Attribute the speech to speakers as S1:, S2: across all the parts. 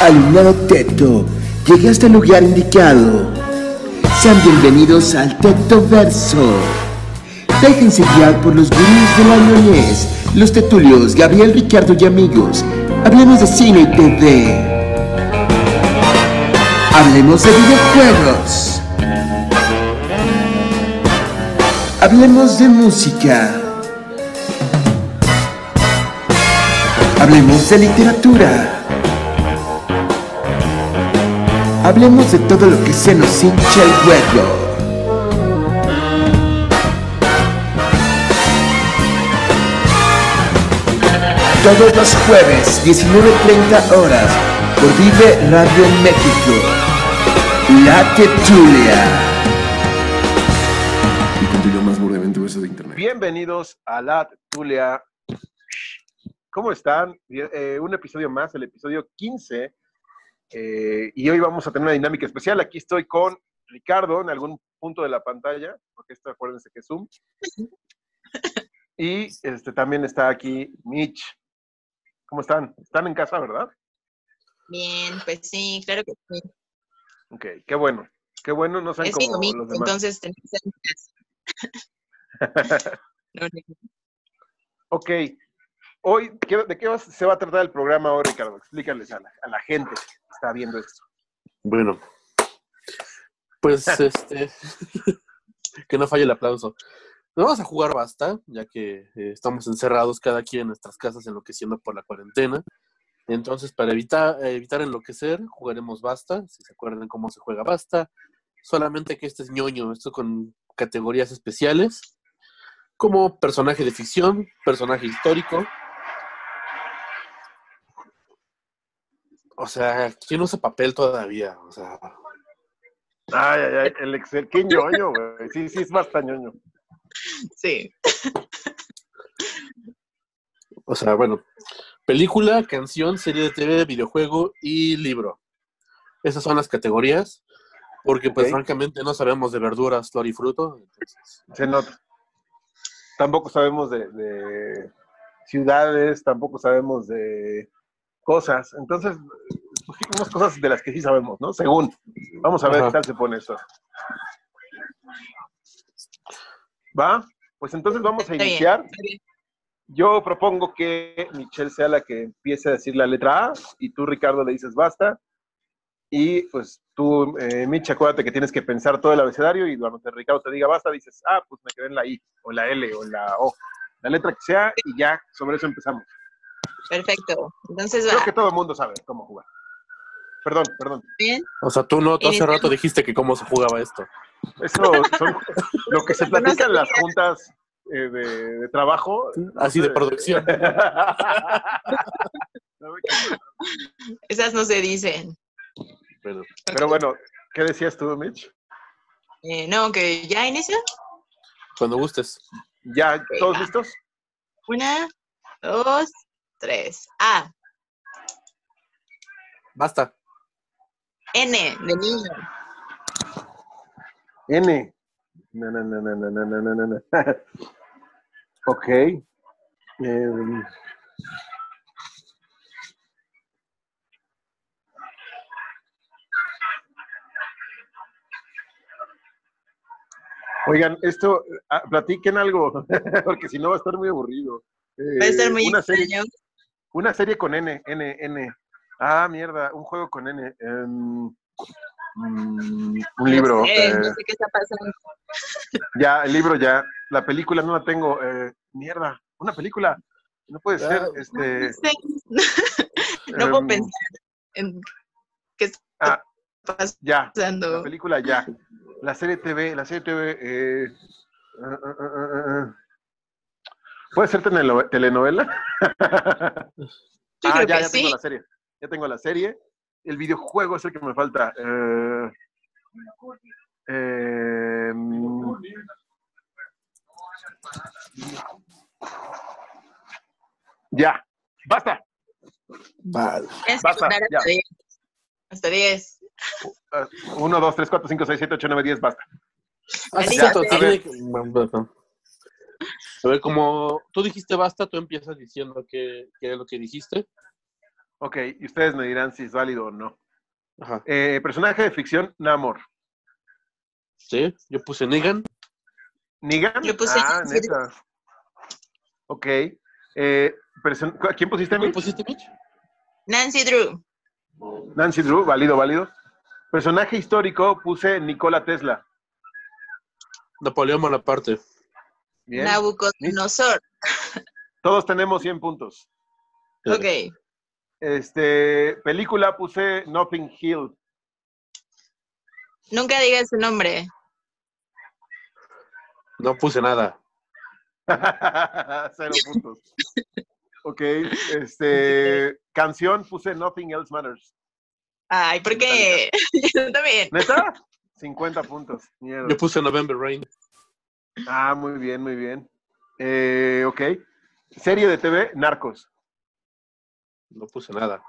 S1: alumnado Teto, llegué hasta el lugar indicado. Sean bienvenidos al Teto Verso. Déjense guiar por los gurús de la ñoñez, los tetulios, Gabriel, Ricardo y amigos. Hablemos de cine y TV. Hablemos de videojuegos. Hablemos de música. Hablemos de literatura. Hablemos de todo lo que se nos hincha el huevo. Todos los jueves, 19.30 horas, por Vive Radio México. La Tetulia.
S2: y continúa más burdemente verso de internet.
S3: Bienvenidos a La Tulia. ¿Cómo están? Bien, eh, un episodio más, el episodio 15. eh, y hoy vamos a tener una dinámica especial. Aquí estoy con Ricardo en algún punto de la pantalla, porque esto acuérdense que es Zoom. Y este, también está aquí Mitch. ¿Cómo están? Están en casa, ¿verdad?
S4: Bien, pues sí, claro que sí.
S3: Ok, qué bueno. Qué bueno, no sean
S4: Es mi
S3: como
S4: domingo,
S3: los demás.
S4: entonces tenemos que estar en casa. Lo único.
S3: Ok. Hoy, ¿qué- ¿de qué vas- se va a tratar el programa hoy, Ricardo? Explícales a la, a la gente que está viendo esto.
S2: Bueno, pues este, que no falle el aplauso. Nos vamos a jugar basta, ya que eh, estamos encerrados cada quien en nuestras casas enloqueciendo por la cuarentena. Entonces, para evitar, evitar enloquecer, jugaremos basta, si se acuerdan cómo se juega basta. Solamente que este es ñoño, esto con categorías especiales, como personaje de ficción, personaje histórico. O sea, ¿quién usa papel todavía? O sea,
S3: Ay, ay, ay, el Excel, qué ñoño, güey. Sí, sí, es bastante ñoño.
S4: Sí.
S2: O sea, bueno, película, canción, serie de TV, videojuego y libro. Esas son las categorías, porque pues
S3: Ok.
S2: francamente no sabemos de verduras, flor y fruto. entonces,
S3: Se nota. Tampoco sabemos de, de ciudades, tampoco sabemos de cosas. Entonces, escogimos cosas de las que sí sabemos, ¿no? Según. Vamos a ver
S2: Ajá.
S3: qué tal se pone eso. ¿Va? Pues entonces vamos a
S4: está bien,
S3: iniciar.
S4: está bien.
S3: Yo propongo que Michelle sea la que empiece a decir la letra A y tú, Ricardo, le dices basta. Y pues tú, eh, Mitch, acuérdate que tienes que pensar todo el abecedario y cuando te- Ricardo te diga basta, dices, ah, pues me quedé en la I o la L o la O. La letra que sea y ya sobre eso empezamos.
S4: Perfecto. Entonces
S3: Creo
S4: va
S3: que todo el mundo sabe cómo jugar. Perdón, perdón.
S4: bien.
S2: O sea, tú no, tú hace
S4: Iniciamos.
S2: rato dijiste que cómo se jugaba esto.
S3: Eso son lo que se platica en las juntas eh, de, de trabajo.
S2: Así de producción.
S4: Esas no se dicen.
S2: Bueno,
S3: Pero bueno, ¿qué decías tú, Mitch?
S4: Eh, no, que ya inicia.
S2: cuando gustes.
S3: ¿Ya todos
S4: va.
S3: listos?
S4: Una, dos, tres. Ah, A.
S2: Basta.
S4: N de niño.
S3: N. No, no, no, no, no, no, no, no, no, no. ok. Eh, Em, Oigan, esto, ah, platiquen algo, porque si no va a estar muy aburrido.
S4: Va a estar
S3: Eh,
S4: muy
S3: una serie,
S4: extraño.
S3: una serie con N, N, N. Ah, mierda, un juego con N. Em, mm, un libro.
S4: No sé, no
S3: eh,
S4: sé qué está pasando.
S3: ya, el libro ya. La película no la tengo. eh, mierda, una película. No puede ser.
S2: Ah,
S3: este,
S4: No sé. No puedo
S3: em,
S4: pensar en qué está
S3: Ah.
S4: pasando.
S3: Ya, la película ya. La serie TV, la serie TV. eh, ah, ah, ah, ah, ah. ¿Puede ser teleno- telenovela?
S4: Yo
S3: ah,
S4: creo
S3: ya,
S4: que
S3: ya
S4: sí.
S3: tengo la serie. Ya tengo la serie. El videojuego es el que me falta. eh, eh, ya, basta.
S2: Vale.
S4: Tienes que
S3: Basta,
S4: contar
S3: ya.
S4: hasta 10. Hasta 10.
S3: 1, 2, 3, 4, 5, 6, 7, 8, 9, 10, basta.
S2: Así
S4: Ya,
S2: que todo
S3: a ver.
S2: tiene- A ver, como tú dijiste basta, tú empiezas diciendo que, que es lo que dijiste.
S3: Ok, y ustedes me dirán si es válido o no.
S2: Ajá.
S3: Eh, personaje de ficción, Namor.
S2: Sí, yo puse Negan.
S3: ¿Nigan?
S4: Yo puse-
S3: ah,
S4: sí.
S3: neta. Ok. Eh, person- ¿cu- ¿Quién pusiste,
S2: ¿Qué
S3: Mitch?
S2: pusiste, Mitch?
S4: Nancy Drew.
S3: Nancy Drew, válido, válido. Personaje histórico, puse Nikola Tesla.
S2: Napoleón Bonaparte.
S3: Bien.
S4: Nabucodonosor.
S3: Todos tenemos 100 puntos.
S4: Ok.
S3: Este, película puse Nothing Hill.
S4: Nunca digas su nombre.
S2: No puse nada.
S3: Cero puntos. Ok, este, canción puse Nothing Else Matters.
S4: Ay, ¿por qué? Yo también.
S3: ¿Neta? 50 puntos. Mierda.
S2: Yo puse November Rain.
S3: Ah, muy bien, muy bien. Eh, ok. Serie de TV, Narcos.
S2: No puse nada.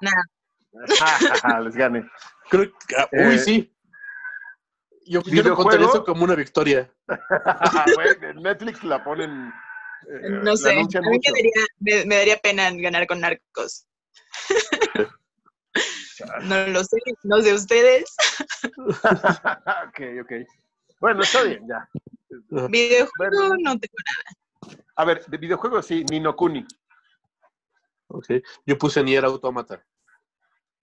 S3: Les gané.
S2: Creo que. ah, uy,
S3: Eh,
S2: sí. Yo, yo lo contaré
S3: ¿videojuego?
S2: eso como una victoria.
S3: Güey, en Netflix la ponen. eh, la
S4: No sé.
S3: anuncian
S4: A mí
S3: mucho.
S4: me daría, me- me daría pena ganar con narcos. no lo sé. No sé ustedes.
S3: ok, ok. Bueno, está bien, ya.
S4: Videojuego no tengo
S3: A ver, de videojuegos sí, Nino Kuni.
S2: Ok. Yo puse Nier Automata.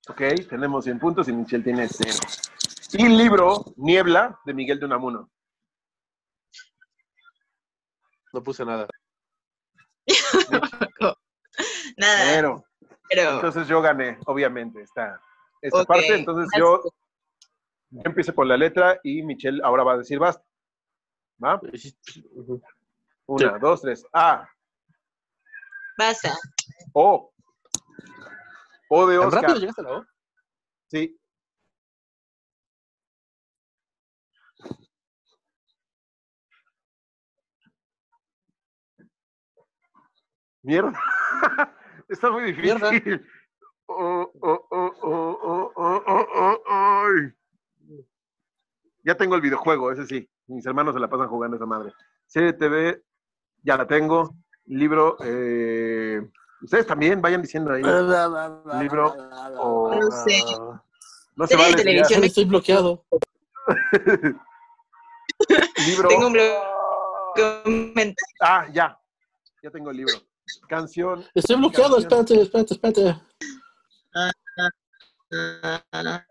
S3: Ok, tenemos 100 puntos y Michelle tiene 0. Y libro, Niebla, de Miguel de Unamuno.
S2: No puse nada.
S4: nada.
S3: Pero,
S4: Pero
S3: entonces yo gané, obviamente, esta, esta
S4: Ok.
S3: parte. Entonces yo, yo empiezo con la letra y Michelle ahora va a decir basta. ¿Va?
S2: Ujú.
S3: Una,
S2: Sí.
S3: dos, tres. A,
S4: basta.
S3: O. O de
S2: ¿Tan rápido
S3: Oscar.
S2: llegaste a la O?
S3: Sí. Mierda. Está muy difícil.
S2: Mierda.
S3: Oh, oh, oh, oh, oh, oh, oh, oh, ay. Ya tengo el videojuego, ese sí. Mis hermanos se la pasan jugando esa madre. Serie de TV, ya la tengo. Libro, eh, ustedes también vayan diciendo ahí. Libro o- ah,
S4: Ah, No sé.
S3: No se
S4: Serie de
S3: vale.
S4: televisión.
S2: Ya estoy bloqueado.
S3: ya. Libro.
S4: Tengo un Comenta.
S3: Ah, ya. Ya tengo el libro. Canción.
S2: Estoy bloqueado. Espérate, espérate, espérate.
S3: Ay,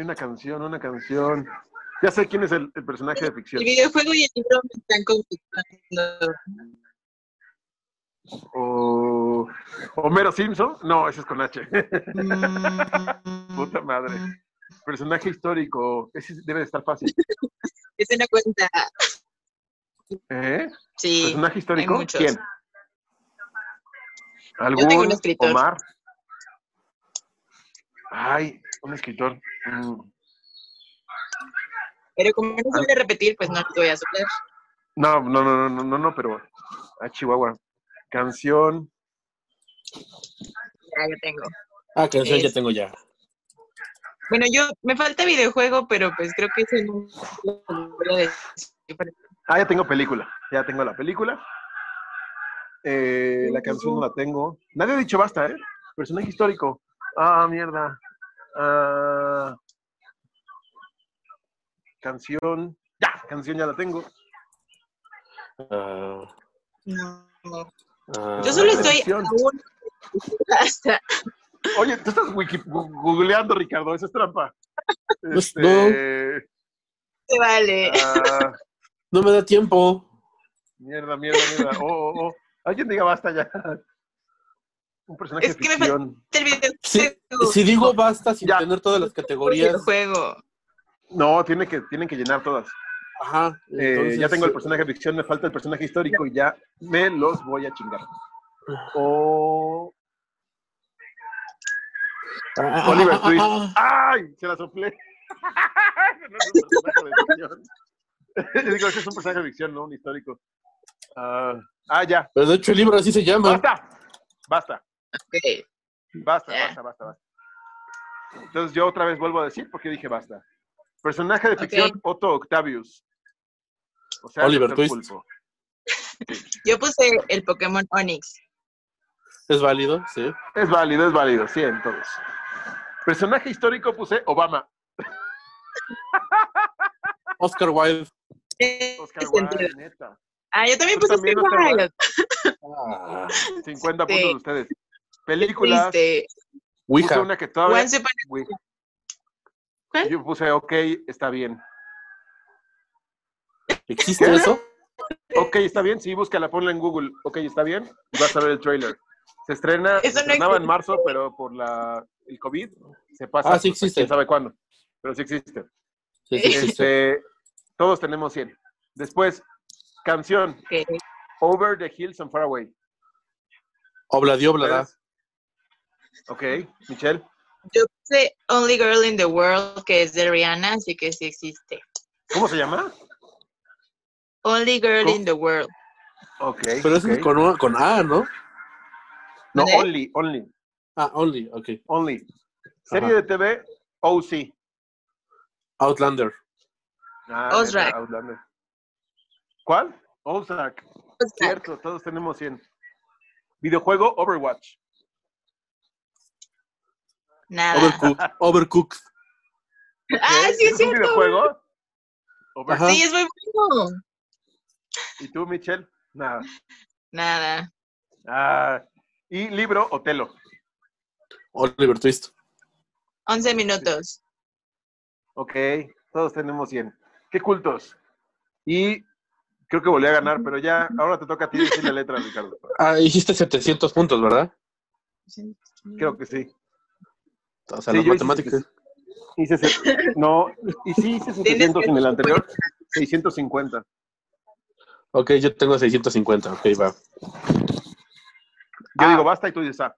S3: una canción, una canción. Ya sé quién es el, el personaje de
S4: El
S3: ficción.
S4: videojuego y el libro me están conflictando.
S3: O... Homero Simpson. No, ese es con H. Puta madre. Personaje histórico. Ese debe de estar fácil.
S4: Ese no cuenta.
S3: ¿Eh?
S4: Sí.
S3: Personaje histórico.
S4: hay muchos.
S3: ¿Quién? ¿Algún
S4: tengo un escritor.
S3: Omar. Ay, un escritor. Mm.
S4: Pero como no se voy a repetir, pues no lo voy a soplar.
S3: No, no, no, no, no, no, no, pero a Chihuahua. Canción.
S4: Ya, ya tengo.
S2: Ah, que eso
S4: Es-
S2: ya tengo ya.
S4: Bueno, yo me falta videojuego, pero pues creo que ese no lo voy a decir.
S3: Ah, ya tengo película. Ya tengo la película. Eh, la canción no la tengo. Nadie ha dicho basta, ¿eh? Personaje histórico. Ah, mierda. Ah, canción. Ya, canción ya la tengo.
S2: Ah,
S4: No, no.
S2: ah,
S4: Yo solo estoy
S3: Canción.
S4: aún hasta
S3: Oye, tú estás wiki- gu- googleando, Ricardo. Eso es trampa.
S2: No es-
S3: Este,
S4: se vale.
S3: ah,
S2: No me da tiempo.
S3: Mierda, mierda, mierda. Oh, oh, oh. Alguien diga basta ya. Un personaje
S4: Es
S3: de
S4: que me
S3: ficción.
S4: El videojuego.
S2: Sí, si digo basta sin
S3: Ya.
S2: tener todas las categorías.
S4: videojuego.
S3: No, tiene que, tienen que llenar todas.
S2: Ajá.
S3: Eh,
S2: entonces,
S3: ya tengo el personaje de ficción, me falta el personaje histórico y ya Ah. me los voy a chingar. Oh.
S2: Ah, ah,
S3: Oliver
S2: ah,
S3: Twist.
S2: ah,
S3: ¡Ay! Se la soplé. No es un personaje de ficción. Yo digo, ese es un personaje de ficción, no un histórico. Ah, ah, ya.
S2: Pero de hecho el libro así se llama.
S3: Basta. Basta.
S4: Ok.
S3: Basta,
S4: Ya.
S3: basta, basta, basta. Entonces yo otra vez vuelvo a decir porque dije basta. Personaje de
S4: Ok.
S3: ficción, Otto Octavius. O sea,
S2: Oliver
S3: Dr.
S2: Twist.
S3: Pulpo.
S4: Yo puse el Pokémon Onix.
S2: Es válido, sí.
S3: Es válido, es válido, sí, entonces. Personaje histórico puse Obama.
S2: Oscar Wilde.
S4: Tiene
S3: Oscar
S4: sentido.
S3: Wilde, neta.
S4: Ah, yo también
S3: Yo
S4: puse
S3: también,
S4: Oscar
S3: Oscar Wilde.
S4: Wilde.
S3: Ah. 50 puntos
S4: Sí.
S3: de ustedes. Películas.
S4: Triste.
S3: Puse
S2: Ouija.
S3: una que todavía.
S4: Once upon
S3: Ouija.
S4: ¿Cuál?
S3: Yo puse OK, está bien.
S2: ¿Existe
S3: ¿Qué?
S2: eso?
S3: Ok, está bien. Sí, búscala, ponla en Google. Ok, está bien. y Vas a ver el trailer. Se estrena, se
S4: Eso no
S3: estrenaba en
S4: existe.
S3: marzo, pero por la, el COVID se pasa.
S2: Ah, sí
S3: pues, a
S2: existe.
S3: Quién sabe cuándo. Pero sí existe.
S2: Sí, sí, sí, sí.
S3: Este, todos tenemos 100. Después, canción.
S4: a K.
S3: Over the Hills and Far Away.
S2: Obla di obla da.
S3: Ok, Michelle.
S4: Yo puse Only Girl in the World, que es de Rihanna, así que sí existe.
S3: ¿Cómo se llama?
S4: Only Girl
S3: ¿Cómo?
S4: in the World.
S3: Ok.
S2: Pero eso es
S3: ok.
S2: con, con A, ¿no?
S3: No,
S4: ¿Mande?
S3: Only, Only,
S2: Ah, Only, ok.
S3: Only. Serie
S2: Ajá.
S3: de TV, OC.
S2: Outlander.
S3: Ah,
S4: Ozark.
S3: neta, Outlander. ¿Cuál? Ozark. Cierto, todos tenemos 100. Videojuego, Overwatch.
S4: Nada.
S2: Overcooked. Overcooked.
S4: Ah,
S3: Ok,
S4: sí es
S3: un
S4: cierto.
S3: videojuego? Overwatch.
S2: Ajá.
S4: Sí, es muy bueno.
S3: ¿Y tú, Michelle? Nada.
S4: Nada.
S3: Ah, y libro, Otelo.
S2: Oliver Twist.
S4: 11 minutos.
S3: Ok, todos tenemos 100. Qué cultos. Y creo que volví a ganar, pero ya, ahora te toca a ti decir la letra, Ricardo.
S2: Ah, hiciste 700 puntos, ¿verdad?
S3: Creo que sí.
S2: O sea,
S3: Sí,
S2: las
S3: yo hice
S2: matemáticas.
S3: Hice se- no, y sí hice 700 en el anterior, 650.
S2: Ok, yo tengo 650. Ok, va.
S3: Yo
S2: Ah.
S3: digo basta y tú dices ah.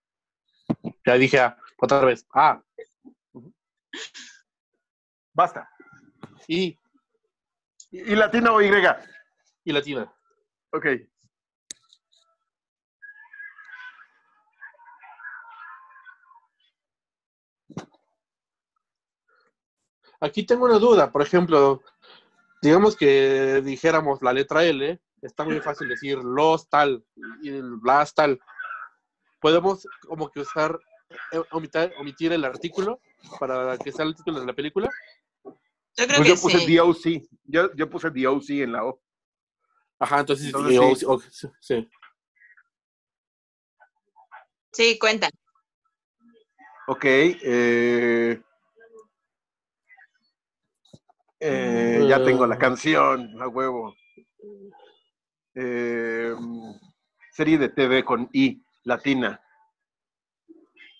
S2: Ya dije A. Otra vez. A.
S3: Basta.
S2: I.
S3: Y, y latino o Y.
S2: Y latina.
S3: Ok.
S2: Aquí tengo una duda. Por ejemplo, digamos que dijéramos la letra L. Está muy fácil decir los tal y el las tal. Podemos como que usar, eh, omitar- omitir el artículo para que sea el título de la película.
S4: Yo creo
S3: Pues
S4: que
S3: yo puse
S4: sí.
S3: DOC. Yo, yo puse DOC en la O.
S2: Ajá, entonces,
S3: Entonces,
S2: eh, o-
S3: sí.
S2: o- sí, sí.
S4: Sí, cuenta.
S3: Ok. eh, eh, ya tengo la canción, a huevo. Eh, serie de TV con I, latina.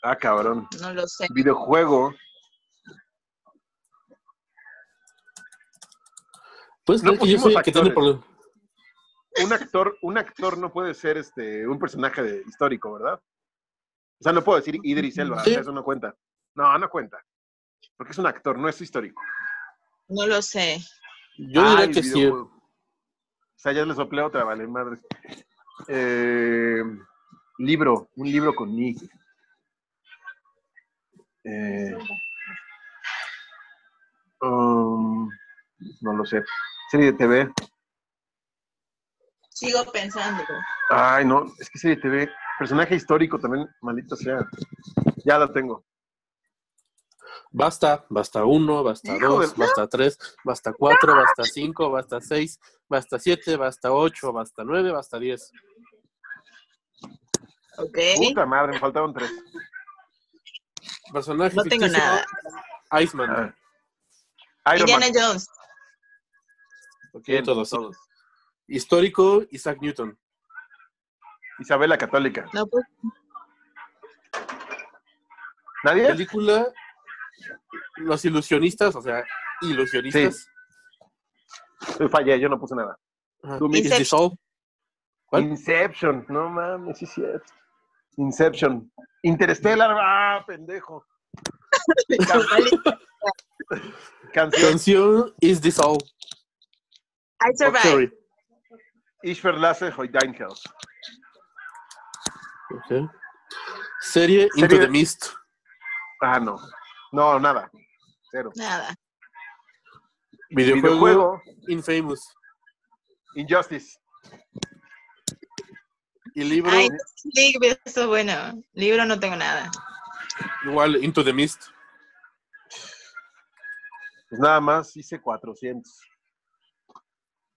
S3: Ah, cabrón.
S4: No lo sé.
S3: Videojuego.
S2: Pues
S3: No
S2: creo que yo soy el que tiene
S3: pusimos
S2: problema.
S3: un actor, un actor no puede ser este un personaje de- histórico, ¿verdad? O sea, no puedo decir Idris Elba, o sea,
S2: Sí.
S3: eso no cuenta. No, no cuenta. Porque es un actor, no es histórico.
S4: No lo sé.
S2: Yo
S3: Ah,
S2: diría
S3: el
S2: que sí.
S3: videojuego. O sea, ya le soplé otra, vale, madre. Eh, libro, un libro con Nick. Eh, um, no lo sé. Serie de TV.
S4: Sigo pensando.
S3: Ay, no, es que serie TV, personaje histórico también, maldito sea. Ya la tengo.
S2: Basta, basta uno, basta
S3: Hijo
S2: dos,
S3: de-
S2: basta tres, basta cuatro, basta cinco, basta seis, basta siete, basta ocho, basta nueve, basta diez.
S4: Ok.
S3: Puta madre, me faltaron tres.
S2: Personaje
S4: No tengo
S2: ficticio,
S4: nada.
S2: Iceman.
S3: Ah, Iron
S4: Indiana
S3: Man.
S4: Jones.
S2: Ok,
S3: Bien,
S2: todos, sí.
S3: todos.
S2: Histórico, Isaac Newton.
S3: Isabel la Católica.
S4: No, pues,
S3: ¿Nadie?
S2: Película, Los Ilusionistas, o sea, Ilusionistas.
S3: Sí, fallé, yo no puse nada.
S2: Ajá.
S3: Tú,
S2: Is
S4: Miguel.
S2: this all? ¿Cuál?
S3: Inception, no mames, sí es cierto. Inception. Interstellar, ah, pendejo. Canción.
S2: Canción Is This All.
S4: I
S2: Bob
S4: survived.
S2: Carey.
S3: Ich verlasse House.
S2: Ok. Serie Into
S3: Serie-
S2: the Mist.
S3: Ah, no. No, nada. Cero.
S4: Nada.
S2: Videojuego,
S3: Videojuego.
S2: Infamous.
S3: Injustice.
S2: Y libro,
S4: Ay, libro, eso es bueno. Libro no tengo nada.
S2: igual, Into the Mist.
S3: Pues nada más hice 400.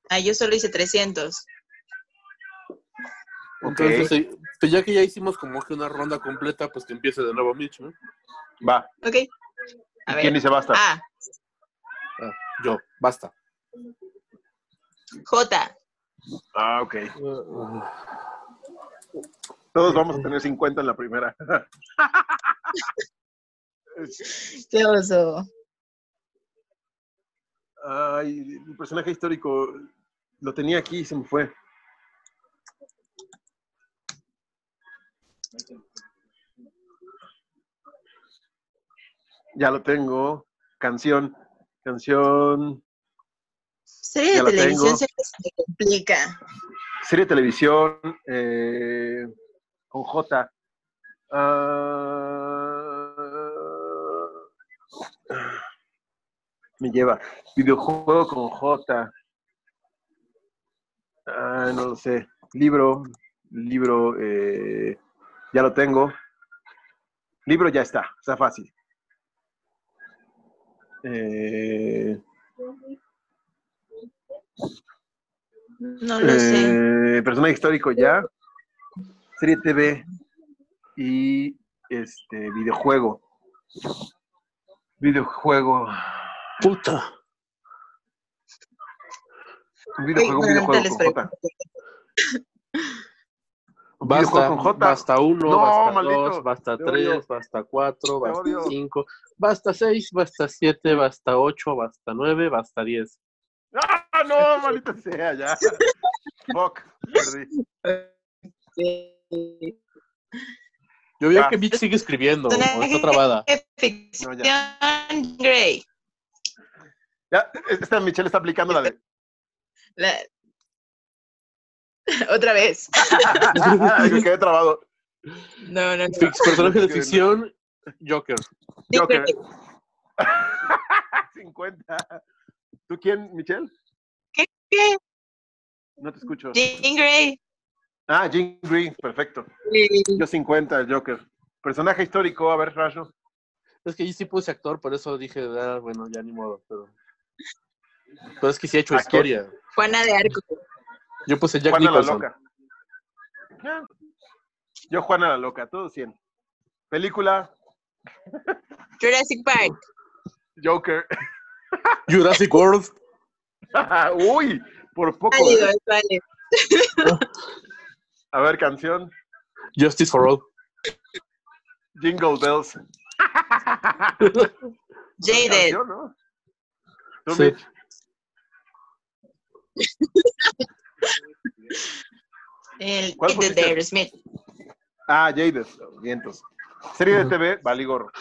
S4: Ay, Ah, yo solo hice 300.
S3: Ok,
S2: Entonces, eh, pues ya que ya hicimos como que una ronda completa, pues que empiece de nuevo Mitch, ¿no?
S3: va.
S4: Ok. A
S3: ¿Y ¿Quién
S4: ver. Ah.
S3: dice basta?
S4: A.
S2: Yo, basta.
S4: J.
S3: Ah, ok. Todos vamos a tener 50 en la primera.
S4: Qué oso.
S3: Ay, mi personaje histórico lo tenía aquí y se me fue. Ya lo tengo. Canción. Canción.
S4: Serie
S3: Ya
S4: de
S3: la
S4: televisión
S3: tengo.
S4: siempre se me complica.
S3: Serie de televisión. eh, con J. Ah, me lleva. Videojuego con J. Ah, no lo sé. Libro. Libro. eh, ya lo tengo. Libro ya está. Está fácil. Eh,
S4: No lo sé.
S3: eh, personaje histórico ya. Serie TV y este videojuego. Videojuego.
S2: Puta.
S3: Videojuego,
S4: Oye,
S3: videojuego
S4: ahorita les
S3: con J.
S4: pregunto.
S2: Basta,
S3: con J.
S2: basta uno,
S3: No,
S2: basta
S3: maldito,
S2: dos, basta
S3: te
S2: tres,
S3: odio.
S2: basta cuatro,
S3: Te
S2: basta
S3: odio.
S2: cinco, basta seis, basta siete, basta ocho, basta nueve, basta diez.
S3: ¡Ah, no! Maldita sea, ya. Fuck, perdí.
S4: Sí.
S2: Yo veo
S3: Ya.
S2: que Mitch sigue escribiendo, o
S4: Personaje
S2: está trabada.
S4: de Ficción
S3: No,
S4: Grey.
S3: Ya, esta Michelle está aplicando la de.
S4: La- Otra vez.
S3: "Ah, Me quedé trabado.
S4: No, no, no.
S2: Fix, personaje de
S3: Escribiendo.
S2: ficción, Joker.
S3: Joker.
S4: Joker.
S3: 50. ¿Tú quién, Michelle?
S4: ¿Qué?
S3: No te escucho.
S4: Jean Grey.
S3: Ah, Jim Green, perfecto. Yo 50, el Joker. Personaje histórico, a ver, Rasho.
S2: Es que yo sí puse actor, por eso dije, ah, bueno, ya ni modo, pero... Pero es que sí ha hecho
S3: ¿A quién?
S2: historia.
S4: Juana de Arco.
S2: Yo puse Jack
S3: Juana
S2: Nicholson.
S3: la Loca. Ya. Yo Juana la Loca, todo 100. Película,
S4: Jurassic Park.
S3: Joker.
S2: Jurassic World.
S3: Uy, por poco.
S4: Válido,
S3: ¿eh?
S4: es válido.
S3: A ver, canción,
S2: Justice for All.
S3: Jingle Bells.
S4: Jaded.
S3: Canción, ¿no? Tú,
S2: Sí.
S3: Mitch.
S4: El
S3: ¿Cuál
S4: Kid de
S3: pusiste?
S4: Aerosmith.
S3: Ah, Jaded, vientos. Serie de
S2: Ujú.
S3: TV, Valigor.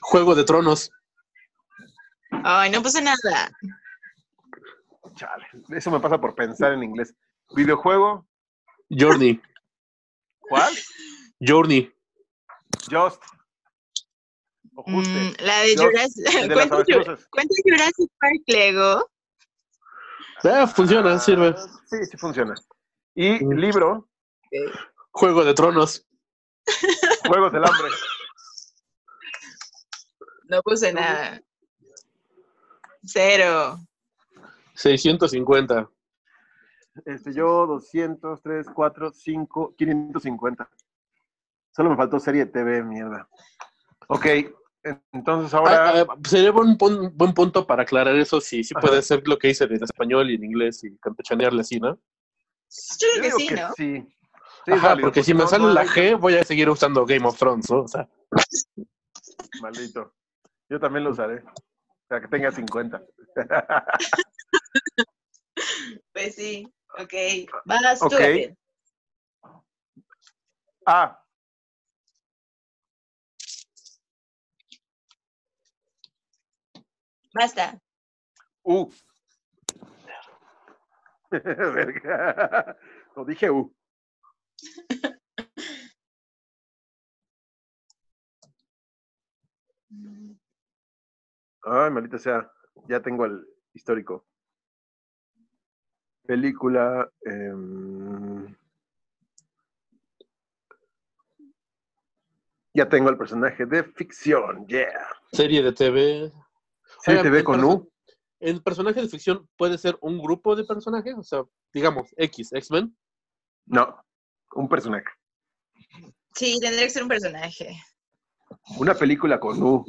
S2: Juego de Tronos.
S4: Ay, no puse nada.
S3: Chale, eso me pasa por pensar en inglés. Videojuego,
S2: Journey.
S3: ¿cuál?
S2: Journey.
S3: Just. O
S4: Mm,
S3: Juste.
S4: la de
S3: Yo-
S4: Jurassic
S3: el de las
S4: ¿Cuenta Ju-
S3: avestruces.
S4: cuenta Jurassic Park Lego.
S2: Ah, funciona,
S3: Ah,
S2: sirve.
S3: Sí, sí funciona. Y
S2: Mm.
S3: libro,
S2: Juego de Tronos.
S3: Juegos del Hambre.
S4: No puse nada. Cero.
S2: 650.
S3: Este, yo 200, 3, 4, 5, 550. Solo me faltó serie de TV, mierda. Ok, en- entonces
S2: Ah,
S3: ahora...
S2: ah, sería buen, pun- buen punto para aclarar eso, si sí,
S3: Ajá.
S2: puede ser lo que hice en español y en inglés y campechanearle así, ¿no?
S4: Yo
S3: yo
S4: creo que
S3: digo
S4: sí,
S3: que
S4: ¿no?
S3: sí. Sí, es
S2: Ajá,
S3: válido,
S2: porque si me
S3: no-
S2: sale
S3: no
S2: la
S3: hay-
S2: G, voy a seguir usando Game of Thrones, ¿no? O sea,
S3: Maldito. Yo también lo usaré. Para que tenga 50.
S4: Pues sí. Ok. Vas tú,
S3: Ok.
S4: Gabriel.
S3: Ah,
S4: Basta.
S3: U. Verga. No dije U. Ay, maldita sea. Ya tengo el histórico. Película. em, Ya tengo el personaje de ficción, yeah.
S2: Serie de TV.
S3: Sí,
S2: Oigan,
S3: te ve
S2: el
S3: con
S2: perso-
S3: U.
S2: El personaje de ficción puede ser un grupo de personajes, o sea, digamos, X, X-Men.
S3: No, un personaje.
S4: Sí, tendría que ser un personaje.
S3: Una película con U.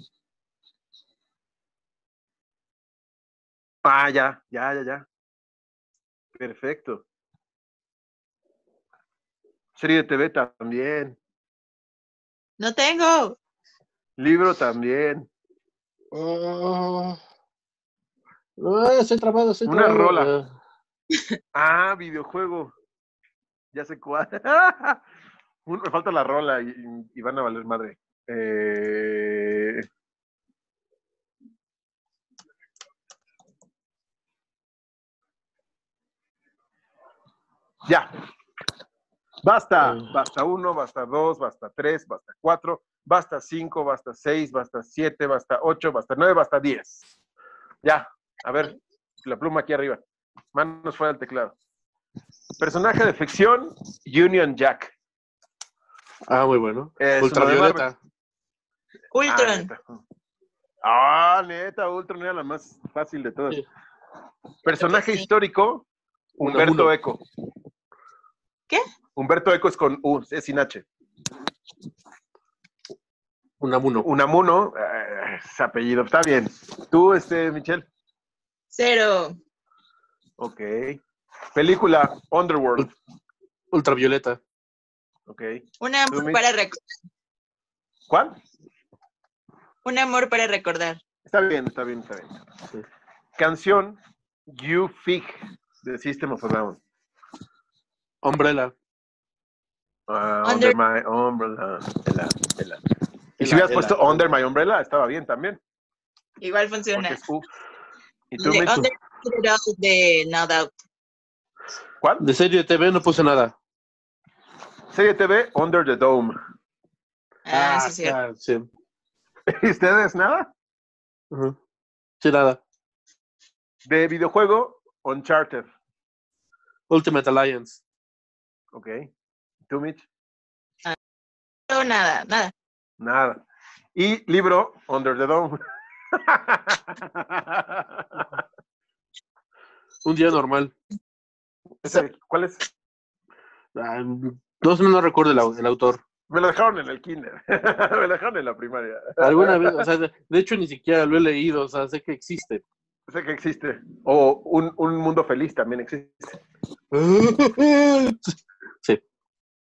S3: Ah, ya, ya, ya, ya. Perfecto. Serie de TV también.
S4: No tengo.
S3: Libro también.
S2: Ah, ah, estoy trabado, estoy
S3: Una
S2: trabado.
S3: rola.
S2: Ah,
S3: Ah, videojuego. Ya sé cuál. Un- Me falta la rola y, y van a valer madre. Eh, Ya. Basta.
S2: Ah.
S3: Basta uno, basta dos, basta tres, basta cuatro, basta cinco, basta seis, basta siete, basta ocho, basta nueve, basta diez. Ya. A ver, la pluma aquí arriba. Manos fuera del teclado. Personaje de ficción, Union Jack.
S2: Ah, muy bueno.
S3: Es uno de
S2: Ultravioleta.
S3: Ah,
S4: Ultron.
S3: neta. Ah, neta, Ultron era la más fácil de todas.
S2: Sí.
S3: Personaje
S4: Sí.
S3: histórico, Humberto
S2: Unamuno.
S3: Eco.
S4: ¿Qué?
S3: Humberto Eco es con U, es sin H.
S2: Unamuno.
S3: Unamuno, eh, es apellido, está bien. Tú, este, Michelle.
S4: Cero.
S3: Ok. Película, Underworld.
S2: Ultravioleta.
S3: Ok.
S4: Un amor
S3: Tú,
S4: para recordar.
S3: ¿Cuál?
S4: Un amor para recordar.
S3: Está bien, está bien, está bien.
S2: Sí.
S3: Canción, You Fig, de System of a Down.
S2: Umbrella.
S3: Ah,
S4: Under-
S3: under, my umbrella. Ela, ela. Y si
S2: Ela,
S3: hubieras
S2: ela.
S3: puesto Under My Umbrella, estaba bien también.
S4: Igual
S3: Porque
S4: funciona.
S3: es U. ¿Y tú,
S4: De
S3: Mitch?
S4: Under It All de No Doubt.
S3: ¿Cuál?
S2: De serie de TV no puse nada.
S3: Serie TV, Under the Dome.
S4: Ah, sí, es cierto.
S2: claro, sí.
S3: ¿Y ustedes nada?
S2: Ujú. Sí, nada.
S3: De videojuego, Uncharted.
S2: Ultimate Alliance.
S3: Ok. ¿Y tú, Mitch?
S4: No, nada, nada.
S3: Nada. Y libro, Under the Dome.
S2: Un día normal.
S3: Ese, ¿Cuál es?
S2: Ah, no, sé, no recuerdo el, au- el autor.
S3: Me lo dejaron en el kinder. Me lo dejaron en la primaria.
S2: Alguna vez, o sea, de, de hecho ni siquiera lo he leído, o sea, sé que existe.
S3: Sé que existe. O un, un mundo feliz también existe.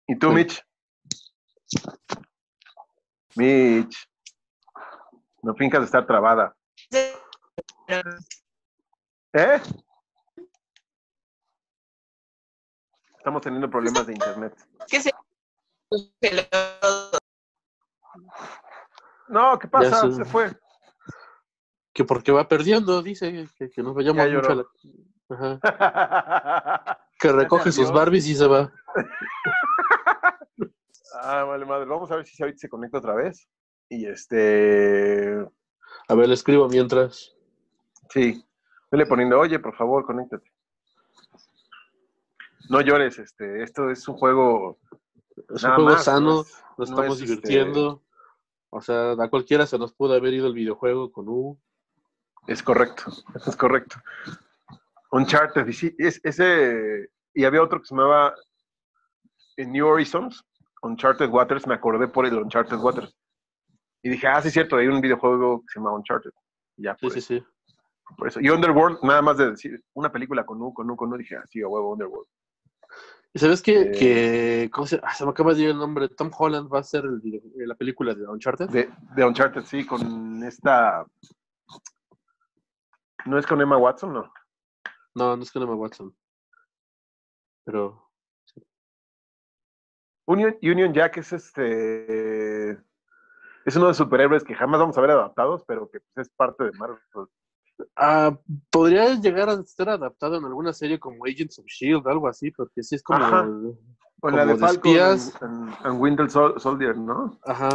S3: ¿Y tú,
S2: Sí.
S3: Mitch? Mitch. No fincas de estar trabada.
S4: Pero
S3: ¿Eh? Estamos teniendo problemas de internet.
S4: ¿Qué se congeló?
S3: No, ¿qué pasa?
S2: sé.
S3: Se fue.
S2: que porque va perdiendo, dice, que, que nos vayamos
S3: Ya lloró.
S2: mucho. a la- Ajá.
S3: Ah,
S2: Que recoge sus
S3: Adiós.
S2: Barbies y se va.
S3: Ah, vale, madre. Vamos a ver si ahorita se conecta otra vez. Y este.
S2: A ver, le escribo mientras.
S3: Sí. Vele poniendo, oye, por favor, conéctate. No llores, este. Esto es un juego.
S2: Es un
S3: nada
S2: juego
S3: más,
S2: sano,
S3: no es-
S2: nos
S3: no es,
S2: estamos
S3: este,
S2: divirtiendo. O sea, a cualquiera se nos pudo haber ido el videojuego con U.
S3: Es correcto, es correcto. Uncharted, y sí, es, ese, y había otro que se llamaba eh, New Horizons, Uncharted Waters, me acordé por el Uncharted Waters. Y dije, ah, sí, es cierto, hay un videojuego que se llama Uncharted. Y ya,
S2: Sí,
S3: por,
S2: sí,
S3: eso,
S2: sí.
S3: por eso. Y Underworld, nada más de decir, una película con U, con U, con U, dije, ah, sí, a huevo, Underworld.
S2: ¿Y sabes qué?
S3: Eh.
S2: que ¿cómo se, ah, se me acaba de ir el nombre. Tom Holland va a ser el video- eh, la película de Uncharted.
S3: De, de Uncharted, sí, con esta... ¿No es con Emma Watson, no?
S2: No, no es que no me Watson. Pero
S3: Union, Union Jack es este. Es uno de los superhéroes que jamás vamos a ver adaptados, pero que pues, es parte de Marvel.
S2: ah, podría llegar a ser adaptado en alguna serie como Agents of Shield, E algo así, porque sí es como.
S3: Ajá. Con la de
S2: Como de
S3: Falcon
S2: espías.
S3: and, and Winter Sol- Soldier, ¿no?
S2: Ajá.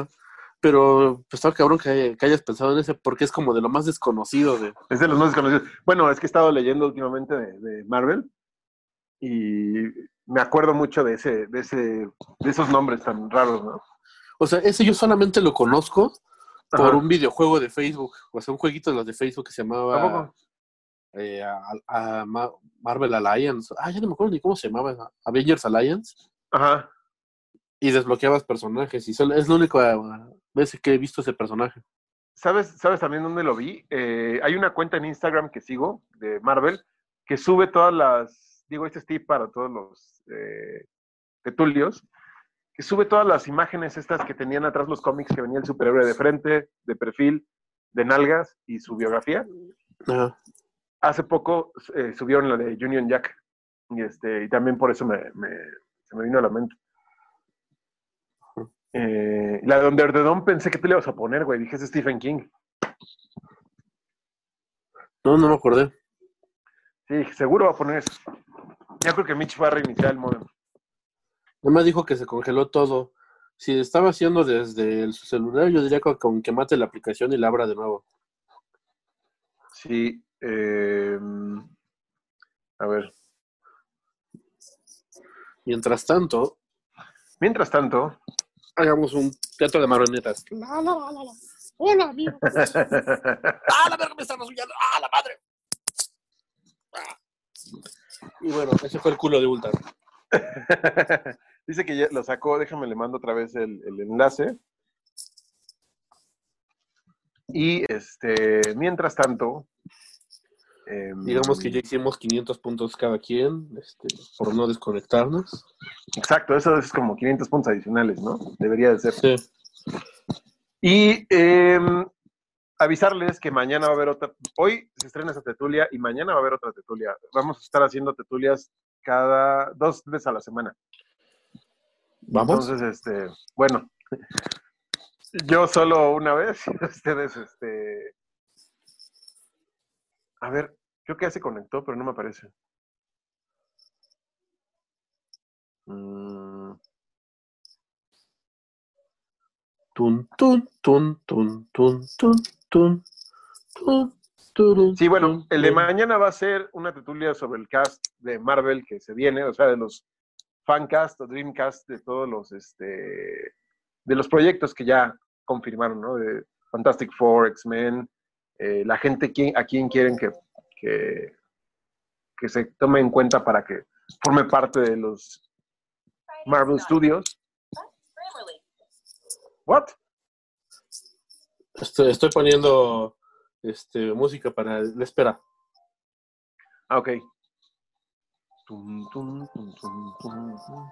S2: Pero pues está cabrón que, que hayas pensado en ese, porque es como de lo más desconocido de.
S3: Es de los más desconocidos. Bueno, es que he estado leyendo últimamente de, de Marvel y me acuerdo mucho de ese, de ese, de esos nombres tan raros, ¿no?
S2: O sea, ese yo solamente lo conozco por
S3: Ajá.
S2: un videojuego de Facebook. O sea, un jueguito de los de Facebook que se
S3: ¿A poco?
S2: llamaba eh, a- a- a Ma- Marvel Alliance. Ah, ya no me acuerdo ni cómo se llamaba. esa. Avengers Alliance.
S3: Ajá.
S2: Y desbloqueabas personajes. Y solo, es la única eh, vez que he visto ese personaje.
S3: ¿Sabes, ¿Sabes también dónde lo vi? Eh, hay una cuenta en Instagram que sigo de Marvel que sube todas las, digo, este es tip para todos los eh, tetulios, que sube todas las imágenes estas que tenían atrás los cómics que venía el superhéroe de frente, de perfil, de nalgas y su biografía.
S2: Ajá.
S3: Hace poco eh, subieron la de Union Jack y, este, y también por eso me, me- se me vino a la mente. Eh, la de Underdog pensé que tú le ibas a poner, güey. Dije, es Stephen King.
S2: No, no me acordé.
S3: Sí, seguro va a poner eso. Ya creo que Mitch va a reiniciar el modem.
S2: Nada más dijo que se congeló todo. Si estaba haciendo desde el- su celular, yo diría que con que mate la aplicación y la abra de nuevo.
S3: Sí. eh, a ver.
S2: Mientras tanto,
S3: Mientras tanto.
S2: hagamos un teatro de marionetas.
S5: La, la, la, la, la. Hola, amigo.
S2: ¡Ah, la verga me están rasguñando! ¡Ah, la madre! ¡Ah! Y bueno, ese fue el culo de Ultar.
S3: Dice que ya lo sacó. Déjame le mando otra vez el, el enlace. Y este, mientras tanto. eh,
S2: Digamos que ya hicimos 500 puntos cada quien este, por no desconectarnos.
S3: Exacto, eso es como 500 puntos adicionales, ¿no? Debería de ser.
S2: Sí.
S3: Y em, avisarles que mañana va a haber otra. Hoy se estrena esa tetulia y mañana va a haber otra tetulia. Vamos a estar haciendo tetulias cada dos veces a la semana.
S2: ¿Vamos?
S3: Entonces, este, bueno, yo solo una vez y ustedes, este. A ver, creo que ya se conectó, pero no me aparece. Mm,
S2: Tun, tun, tun, tun, tun, tun, tun, tun, turun,
S3: Sí, bueno,
S2: tun,
S3: el de
S2: tun.
S3: mañana va a ser una tertulia sobre el cast de Marvel que se viene, o sea, de los fancast o dreamcast de todos los este de los proyectos que ya confirmaron, ¿no? De Fantastic Four, X-Men, eh, la gente qui- a quien quieren que, que, que se tome en cuenta para que forme parte de los Marvel Studios. What?
S2: Estoy, estoy poniendo este, música para la espera.
S3: Ah, ok. Tum, tum, tum, tum, tum, tum.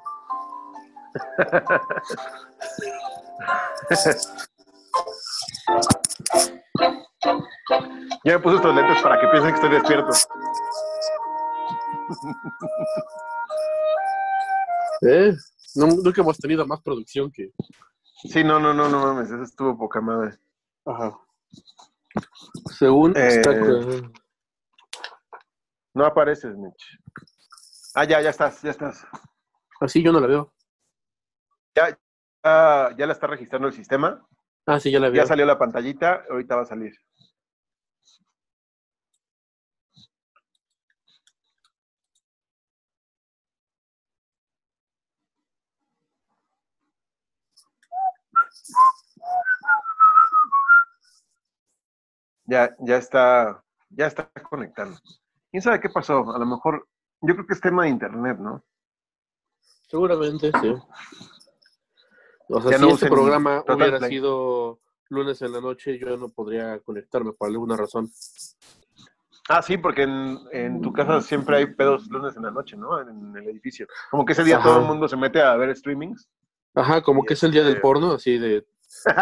S3: Ya me puse estos lentes para que piensen que estoy despierto.
S2: ¿Eh? No, nunca hemos tenido más producción que...
S3: Sí, no, no, no, no mames, eso estuvo poca madre.
S2: Ajá. Según...
S3: Eh,
S2: está con-
S3: No apareces, Mitch. Ah, ya, ya estás, ya estás.
S2: Así yo no la veo.
S3: Ah, ya la está registrando el sistema.
S2: Ah, sí, ya la veo.
S3: Ya salió la pantallita, ahorita va a salir. Ya, ya está, ya está conectando. ¿Quién sabe qué pasó? A lo mejor, yo creo que es tema de internet, ¿no?
S2: Seguramente, sí. O sea,
S3: Ya
S2: si
S3: no
S2: este
S3: usen
S2: programa
S3: Total
S2: hubiera
S3: Play.
S2: sido lunes en la noche, yo no podría conectarme por alguna razón.
S3: Ah, sí, porque en, en tu casa siempre hay pedos lunes en la noche, ¿no? En, el edificio. Como que ese día
S2: Ajá.
S3: todo el mundo se mete a ver streamings.
S2: Ajá, como que es el día del
S3: Este-
S2: porno, así de...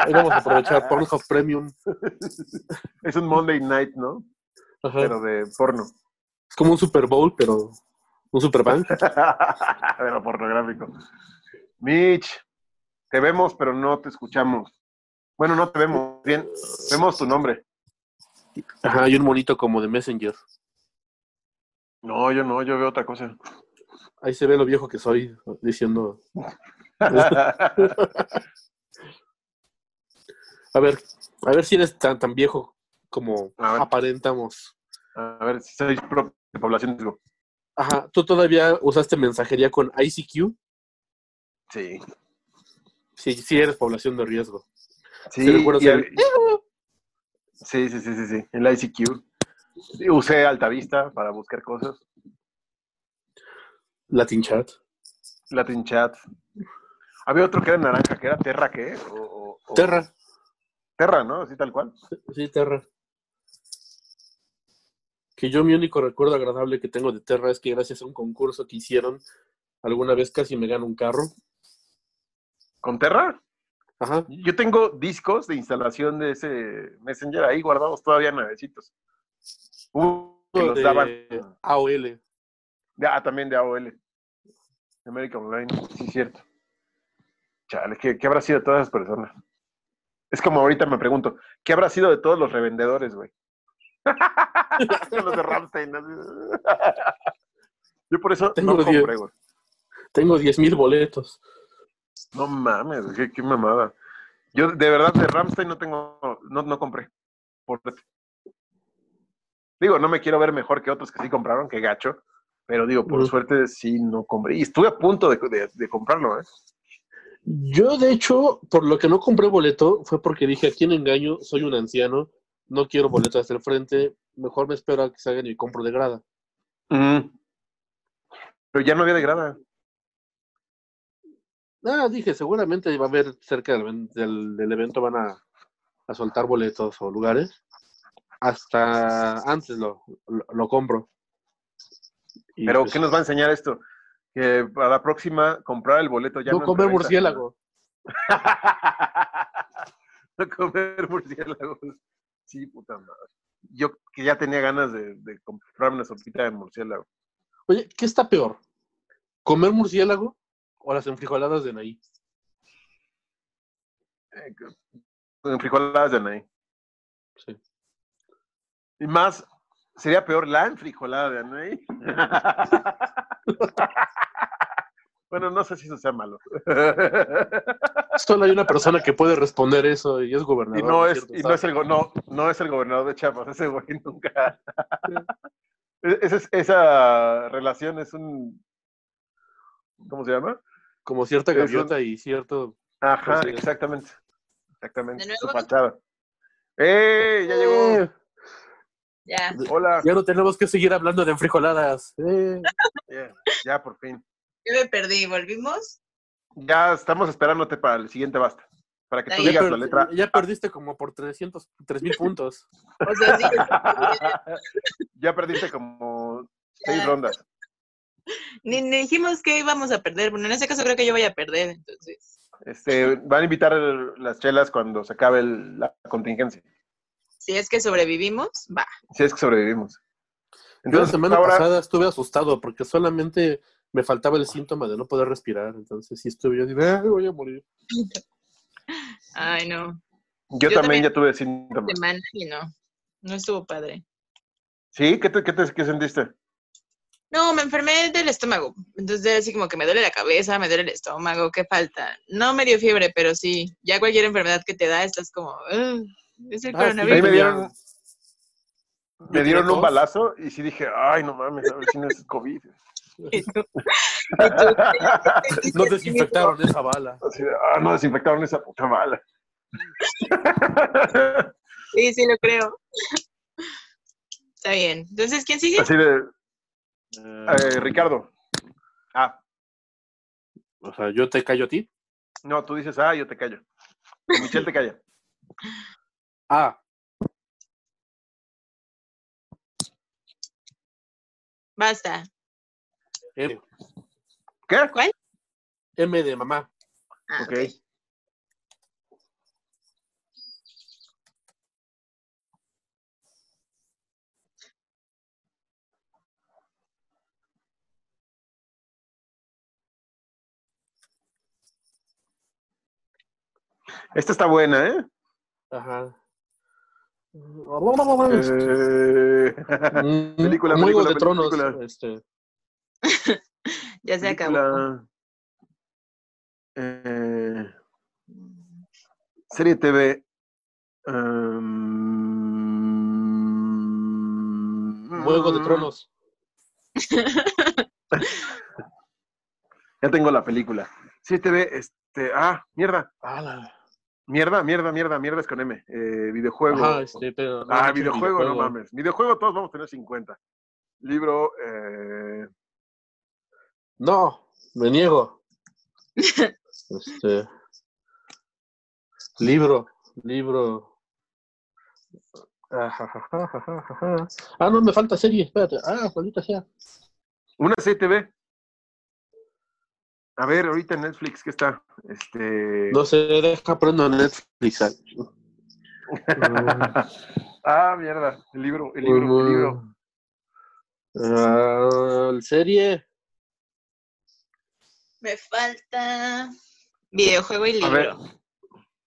S2: Hoy vamos a aprovechar Pornhub Premium.
S3: Es un Monday night, ¿no?
S2: Ajá.
S3: Pero de porno.
S2: Es como un Super Bowl, pero... Un Super Bank.
S3: pero pornográfico. Mitch, te vemos, pero no te escuchamos. Bueno, no te vemos. Bien, vemos tu nombre.
S2: Ajá, y un monito como de Messenger.
S3: No, yo no, yo veo otra cosa.
S2: Ahí se ve lo viejo que soy diciendo... A ver, a ver si eres tan, tan viejo como
S3: A ver.
S2: aparentamos.
S3: a ver, si soy pro de población. digo,
S2: Ajá, ¿tú todavía usaste mensajería con ICQ?
S3: Sí.
S2: Sí, sí eres población de riesgo.
S3: Sí,
S2: Sí, recuerdo
S3: y
S2: ser-
S3: al- sí, sí, sí, sí, sí, en la ICQ. Sí, Usé Altavista para buscar cosas,
S2: Latin chat.
S3: Latin Chat. Había otro que era naranja, que era Terra, ¿qué? O- o- o-
S2: Terra.
S3: Terra, ¿no? Así tal cual.
S2: Sí, Terra. Que yo mi único recuerdo agradable que tengo de Terra es que gracias a un concurso que hicieron, alguna vez casi me gano un carro.
S3: ¿Con Terra?
S2: Ajá.
S3: Yo tengo discos de instalación de ese Messenger ahí guardados todavía nuevecitos. Uno que los
S2: de
S3: daban.
S2: AOL.
S3: Ah, también de AOL. De American Online, sí, cierto. Chale, ¿qué, qué habrá sido de todas esas personas? Es como ahorita me pregunto, ¿qué habrá sido de todos los revendedores, güey? los de Ramstein. Yo por eso
S2: Tengo
S3: no
S2: diez.
S3: compré, güey.
S2: Tengo 10.000 boletos.
S3: No mames, güey, qué, qué mamada. Yo de verdad de Ramstein no tengo, no, no compré. Por- Digo, no me quiero ver mejor que otros que sí compraron, que gacho. Pero digo, por
S2: Mm.
S3: suerte sí no compré. Y estuve a punto de, de- de comprarlo, ¿eh?
S2: Yo, de hecho, por lo que no compré boleto fue porque dije, ¿a quién engaño? Soy un anciano, no quiero boleto hasta el frente, mejor me espero a que salgan y compro de grada.
S3: Pero ya no había de grada.
S2: Ah, dije, seguramente va a haber cerca del, ven- del- del evento van a, a soltar boletos o lugares. Hasta antes lo, lo, lo compro. Y,
S3: Pero,
S2: pues,
S3: ¿qué nos va a enseñar esto? Que para la próxima, comprar el boleto ya
S2: no
S3: no.
S2: comer
S3: reventa.
S2: murciélago.
S3: no comer murciélagos. Sí, puta madre. Yo que ya tenía ganas de, de comprarme una sopita de murciélago.
S2: Oye, ¿qué está peor? ¿Comer murciélago o las enfrijoladas de Naí?
S3: Eh, Con frijoladas de Anaí.
S2: Sí.
S3: Y más, sería peor la enfrijolada de Anaí. bueno, no sé si eso sea malo.
S2: Solo hay una persona que puede responder eso y es
S3: y
S2: gobernador.
S3: no
S2: de
S3: es,
S2: cierto
S3: y no
S2: estado.
S3: es el go- no, no es el gobernador de Chiapas, ese güey nunca. E- ese es- esa relación es un ¿cómo se llama?
S2: como cierta
S3: Eso-
S2: gaviota y cierto.
S3: Ajá,
S2: Así es.
S3: exactamente. Exactamente.
S4: ¿De
S3: Su
S4: nuevo?
S3: fachada. ¡Eh! Ya llegó.
S2: Eh,
S4: Ya.
S3: Hola.
S2: Ya no tenemos que seguir hablando de enfrijoladas. eh.
S3: Ya, ya, por fin.
S4: Yo me perdí. ¿Volvimos?
S3: Ya estamos esperándote para el siguiente basta. Para que tú
S4: Ya,
S2: Ya,
S3: digas
S2: per-
S3: la letra.
S2: ya perdiste como por 300, 3000 puntos.
S4: O sea, sí.
S3: ya perdiste como seis
S4: ya.
S3: rondas.
S4: Ni, ni dijimos que íbamos a perder. Bueno, en ese caso creo que yo voy a perder, entonces.
S3: Este, van a invitar el- las chelas cuando se acabe el- la contingencia.
S4: Si es que sobrevivimos, va.
S3: Si es que sobrevivimos.
S2: Yo la semana
S3: ahora-
S2: pasada estuve asustado porque solamente me faltaba el síntoma de no poder respirar. Entonces sí estuve yo así, "Ah, voy a morir.
S4: Ay, no.
S3: Yo,
S4: Yo
S3: también
S4: también.
S3: ya tuve síntomas.
S4: Semana y no. No estuvo padre.
S3: ¿Sí? ¿Qué, te, qué, te- qué sentiste?
S4: No, me enfermé del estómago. Entonces, así como que me duele la cabeza, me duele el estómago, qué falta. No me dio fiebre, pero sí. Ya cualquier enfermedad que te da, estás como. "Ugh, es el
S2: Ah,
S3: ahí
S2: sí,
S4: coronavirus.
S3: me
S2: tenía-
S3: dieron-
S2: yo
S3: Me
S2: tenía
S3: dieron un
S2: tos.
S3: balazo y sí dije, ay, no mames, a ver si no es COVID.
S4: Y tú-
S2: No desinfectaron esa bala.
S3: Así de, ah, no desinfectaron esa puta mala.
S4: Sí, sí, lo creo. Está bien. Entonces, ¿quién sigue?
S3: Así de, eh, Ricardo. Ah,
S2: O sea, yo te callo a ti.
S3: no, tú dices, ah, yo te callo. O Michelle te calla.
S2: Ah,
S4: Basta.
S2: M,
S3: ¿Qué?
S2: M de mamá.
S4: Ah,
S3: Ok. Esta está buena, ¿eh?
S2: Ajá.
S3: Eh,
S2: Mm,
S3: Película,
S2: como Juego
S3: película,
S2: de Tronos.
S3: película.
S2: este,
S4: Ya se acabó.
S3: película, eh, serie em, TV. um,
S2: Juego de Tronos.
S3: Ya tengo la película. Serie TV, este, Este, ah, mierda.
S2: Ah, la...
S3: Mierda, mierda, mierda, mierda es con M. Eh, videojuego.
S2: Ajá, este, pero... no,
S3: ah,
S2: no,
S3: videojuego, no mames. Videojuego todos vamos a tener 50. Libro, eh,
S2: No, me niego. este... Libro, libro. Ah, Ajajajajaja. Ah, no, me falta serie, espérate. Ah, maldita sea.
S3: una CTV. A ver, ahorita en Netflix, ¿qué está? Este.
S2: No se deja prendo Netflix. ah.
S3: ah, mierda. El libro, el libro, el libro.
S2: Ah, serie.
S4: Me falta videojuego y
S3: A ver.
S4: libro.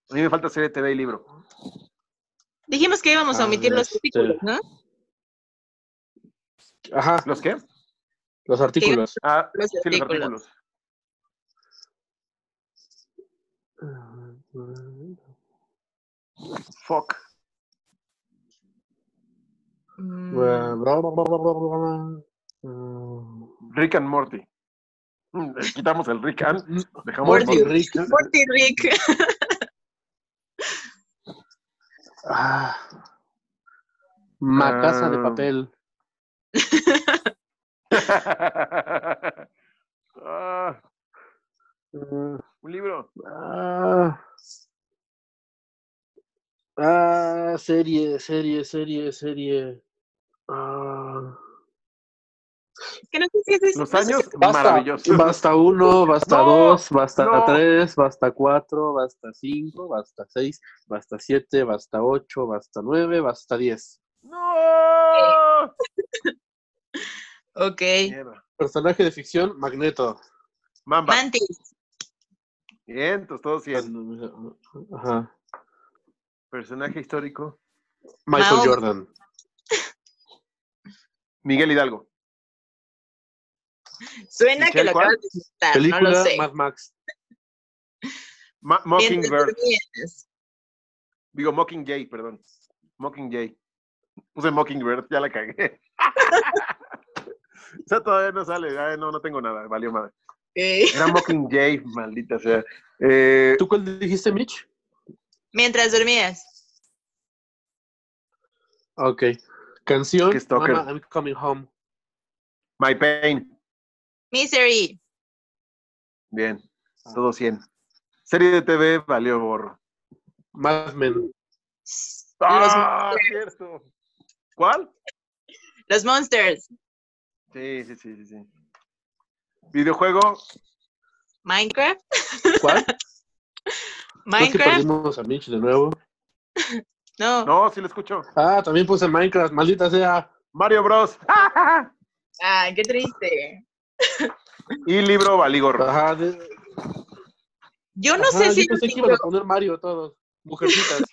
S3: A mí me falta serie TV y libro.
S4: Dijimos que íbamos a
S2: A
S4: omitir
S2: ver,
S4: los
S2: este,
S4: artículos, ¿no?
S2: Ajá,
S3: ¿Los qué?
S2: los artículos.
S3: Ah,
S4: Los
S3: sí, los
S4: artículos.
S3: artículos. Fuck.
S4: Mm,
S2: Ah, Morty,
S3: Rick and Morty. Mm, le Quitamos el Rick and. Dejamos
S4: Morty,
S3: Morty.
S2: Rick.
S4: Morty Rick.
S2: Ah. Macasa de
S3: Ah.
S2: papel.
S3: Ah, un libro.
S4: Pues,
S2: Ah. Ah, serie, serie, serie, serie. Ah.
S4: Es que no sé si ese pues, es-
S3: Los
S4: no sé
S3: años
S4: si-
S2: Basta,
S3: maravillosos.
S2: basta uno, basta
S3: No,
S2: dos, basta
S3: no.
S2: tres, basta cuatro, basta cinco, basta seis, basta siete, basta ocho, basta nueve, basta diez.
S4: Eh,
S3: ¡No!
S4: Ok.
S3: Mierda.
S2: Personaje de ficción, Magneto.
S3: Mamba.
S4: Mantis.
S3: Bien, entonces todos
S4: Pues,
S3: 100.
S2: Ajá.
S3: Personaje histórico.
S2: Michael
S4: Mahoma.
S2: Jordan.
S3: Miguel Hidalgo.
S4: Suena que
S3: Michelle,
S4: lo
S3: ¿cuál?
S4: acabas de citar, no
S2: Película
S4: lo sé.
S2: Mad Max.
S3: Ma-
S4: Mientras
S3: Mockingbird.
S4: dormías.
S3: Digo, Mockingjay, perdón. Mockingjay. Puse Mockingbird, ya la cagué. Esa todavía no sale. Ay, no, no tengo nada. Valió madre.
S4: Ok.
S3: Era Mockingjay, maldita sea. Eh,
S2: ¿Tú cuál dijiste, Mitch?
S4: Mientras dormías.
S2: Ok. Canción,
S3: Qué stalker.
S2: Mama, I'm Coming Home.
S3: My Pain.
S4: Misery.
S3: Bien. Todo 100. Serie de TV, valió borro.
S2: Mad Men.
S3: ¡Ah, cierto! ¿Cuál?
S4: Los, los Monsters.
S3: Sí, sí, sí, sí, sí. Videojuego,
S4: Minecraft.
S2: ¿Cuál? Creo que
S4: Minecraft.
S2: perdimos a Mitch de nuevo.
S4: No.
S3: no, sí lo escucho.
S2: Ah, también puse Minecraft, maldita sea.
S3: Mario Bros.
S4: Ay, Ah, qué triste.
S3: Y libro, valigorro.
S2: Ajá, de-
S4: Yo no
S2: Ajá,
S4: sé si
S2: yo pensé
S4: era
S2: que iban a
S4: libro.
S2: poner Mario todos. Mujercitas.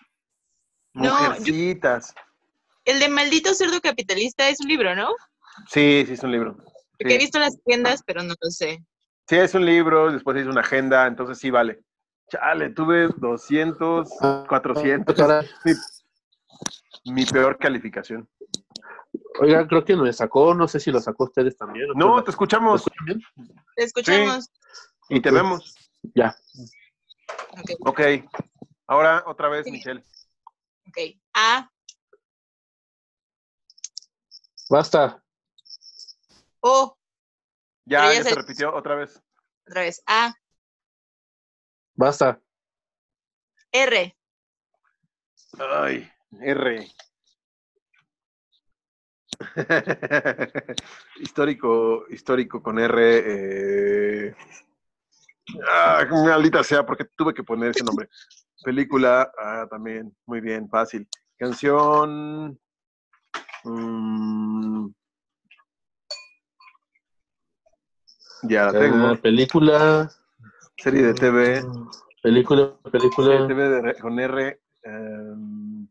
S4: No, yo-
S3: Mujercitas.
S4: el de Maldito Cerdo Capitalista es un libro, ¿no?
S3: Sí, sí, es un libro.
S4: Porque
S3: Sí.
S4: he visto las tiendas, pero no lo sé.
S3: Sí, es un libro, después hice una agenda, entonces sí vale. Chale, tuve 200, 400.
S2: Ah, Caray.
S3: Mi peor calificación.
S2: Oigan, creo que me sacó, no sé si lo sacó ustedes también.
S3: No, te
S2: ¿Ustedes lo
S3: escuchamos
S2: escuchan bien?
S4: Te escuchamos.
S3: y te vemos.
S2: Ya.
S3: Ok.
S4: Ok,
S3: Ahora otra vez, Michelle.
S4: ok. A,
S2: Basta.
S4: O,
S3: Ya,
S4: Pero ya
S3: ya
S4: se-
S3: se repitió otra vez.
S4: otra vez. A,
S2: Basta.
S4: R,
S3: Ay, R. histórico, histórico con R. eh. Ah, maldita sea, porque tuve que poner ese nombre. Película, ah, también, muy bien, fácil. Canción. mm. ya la
S2: Ah,
S3: tengo.
S2: película. Mm,
S3: Serie de TV.
S2: Película,
S3: Serie de
S2: película.
S3: TV Pues, de re- con R. em,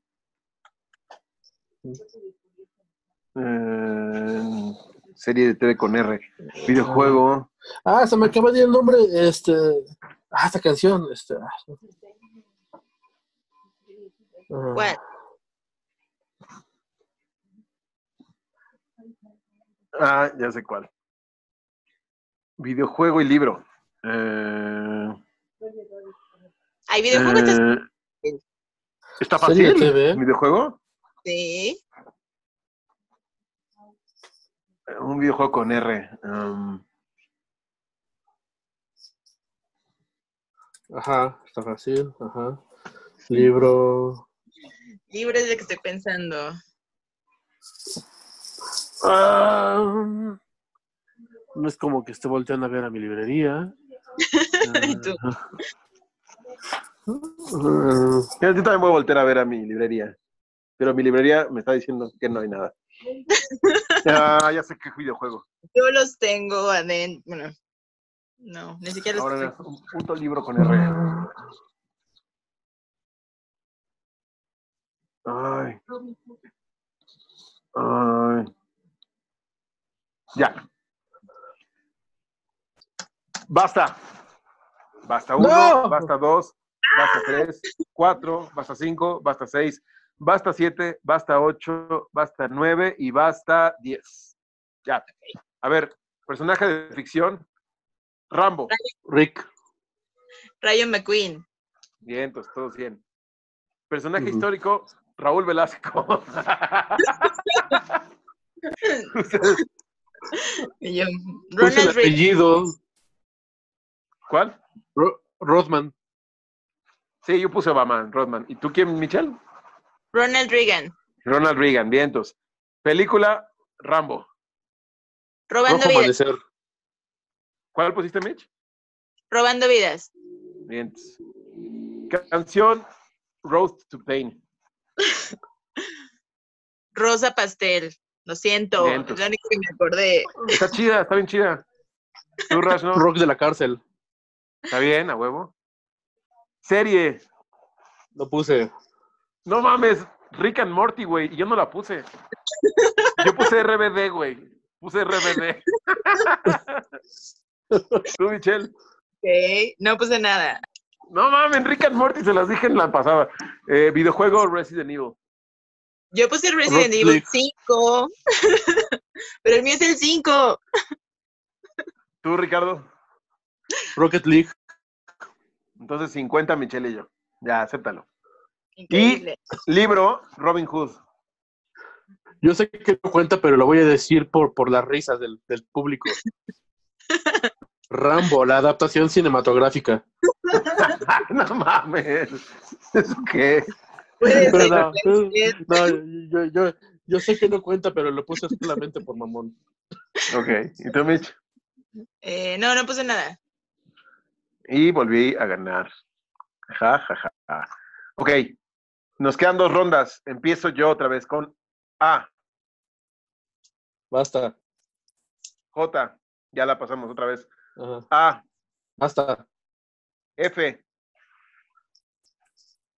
S3: Eh, serie de TV con R. Videojuego.
S2: Ah, se me acaba de ir el nombre. Este. Ah, esta canción. Este. ah.
S4: ¿cuál?
S3: Ah, ya sé cuál. Videojuego y libro. Eh,
S4: Hay videojuegos. entonces,
S2: Eh,
S3: ¿Está
S2: serie de
S3: fácil?
S2: TV.
S3: ¿Videojuego?
S4: sí.
S3: Eh, Un videojuego con R. um,
S2: Ajá, está fácil. Ajá. Libro.
S4: Libre es lo que estoy pensando.
S2: Ah, no es como que esté volteando a ver a mi librería.
S4: Y tú,
S2: Ah,
S3: yo también voy a voltear a ver a mi librería. Pero mi librería me está diciendo que no hay nada. Ah, ya sé qué videojuego.
S4: yo los tengo adentro. Bueno, no, ni siquiera los
S3: Ahora
S4: tengo.
S3: un puto libro con R. Ay. Ay. Ya. Basta. Basta uno,
S2: No.
S3: basta dos, basta tres, cuatro, basta cinco, basta seis, basta siete, basta ocho, basta nueve y basta diez. Ya. A ver, personaje de ficción. Rambo.
S2: Rick.
S4: Rayo McQueen.
S3: Bien, entonces todos bien. Personaje
S2: Ujú.
S3: histórico, Raúl Velasco.
S4: Y yo, Ronald
S2: Puse el
S4: Reagan.
S2: apellido.
S3: ¿Cuál?
S2: Ro- Rodman.
S3: Sí, yo puse Obama, Rodman. ¿Y tú quién, Michelle?
S4: Ronald Reagan.
S3: Ronald Reagan, bien, entonces. Película, Rambo.
S4: Robando
S2: Rojo
S4: vidas.
S2: amanecer.
S3: ¿Cuál pusiste, Mitch?
S4: Robando vidas.
S3: Bien. entonces. Canción, Road to Pain.
S4: Rosa pastel. Lo siento.
S3: Bien, pues.
S4: Lo único que me acordé.
S3: Está chida, está bien chida. Tú, Rashno,
S2: Rock de la cárcel.
S3: está bien, a huevo. Serie,
S2: Lo puse.
S3: no mames, Rick and Morty, güey. y Yo no la puse. Yo puse RBD, güey. Puse RBD. Tú, Michelle.
S4: Ok, No puse nada.
S3: No mames, Rick and Morty, se las dije en la pasada. Eh, videojuego Resident Evil.
S4: Yo puse Resident Evil
S2: Click.
S4: 5. Pero el mío es el 5.
S3: Tú, Ricardo.
S2: Rocket League.
S3: Entonces 50, Michelle y yo. Ya, acéptalo.
S4: Increíble.
S3: Libro, Robin Hood.
S2: Yo sé que no cuenta, pero lo voy a decir por, por las risas del, del público. Rambo, la adaptación cinematográfica.
S3: no mames. ¿Eso qué?
S4: Puede
S2: Pero
S4: ser
S2: no,
S4: cualquier-
S2: no, yo, yo, yo sé que no cuenta, pero lo puse solamente por mamón.
S3: Ok. ¿Y tú, Mitch?
S4: Eh, no, no puse nada.
S3: Y volví a ganar. Ja, ja, ja, ja. Ok. Nos quedan dos rondas. Empiezo yo otra vez con A,
S2: Basta.
S3: J. Ya la pasamos otra vez.
S2: Ajá.
S3: A,
S2: Basta.
S3: F.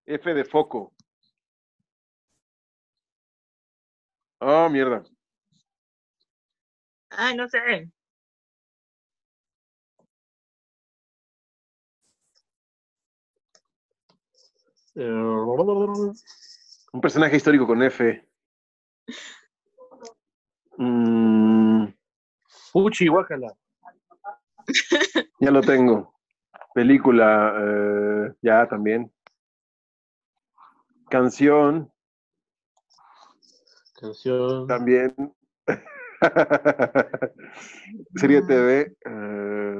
S3: F de foco. Oh, mierda.
S4: Ay, Ah, no sé.
S2: Eh,
S3: Un personaje histórico con F. Mm,
S2: Puchi, guácala.
S3: ya lo tengo. Película, eh, ya también. Canción,
S2: Canción.
S3: también. Serie TV. eh,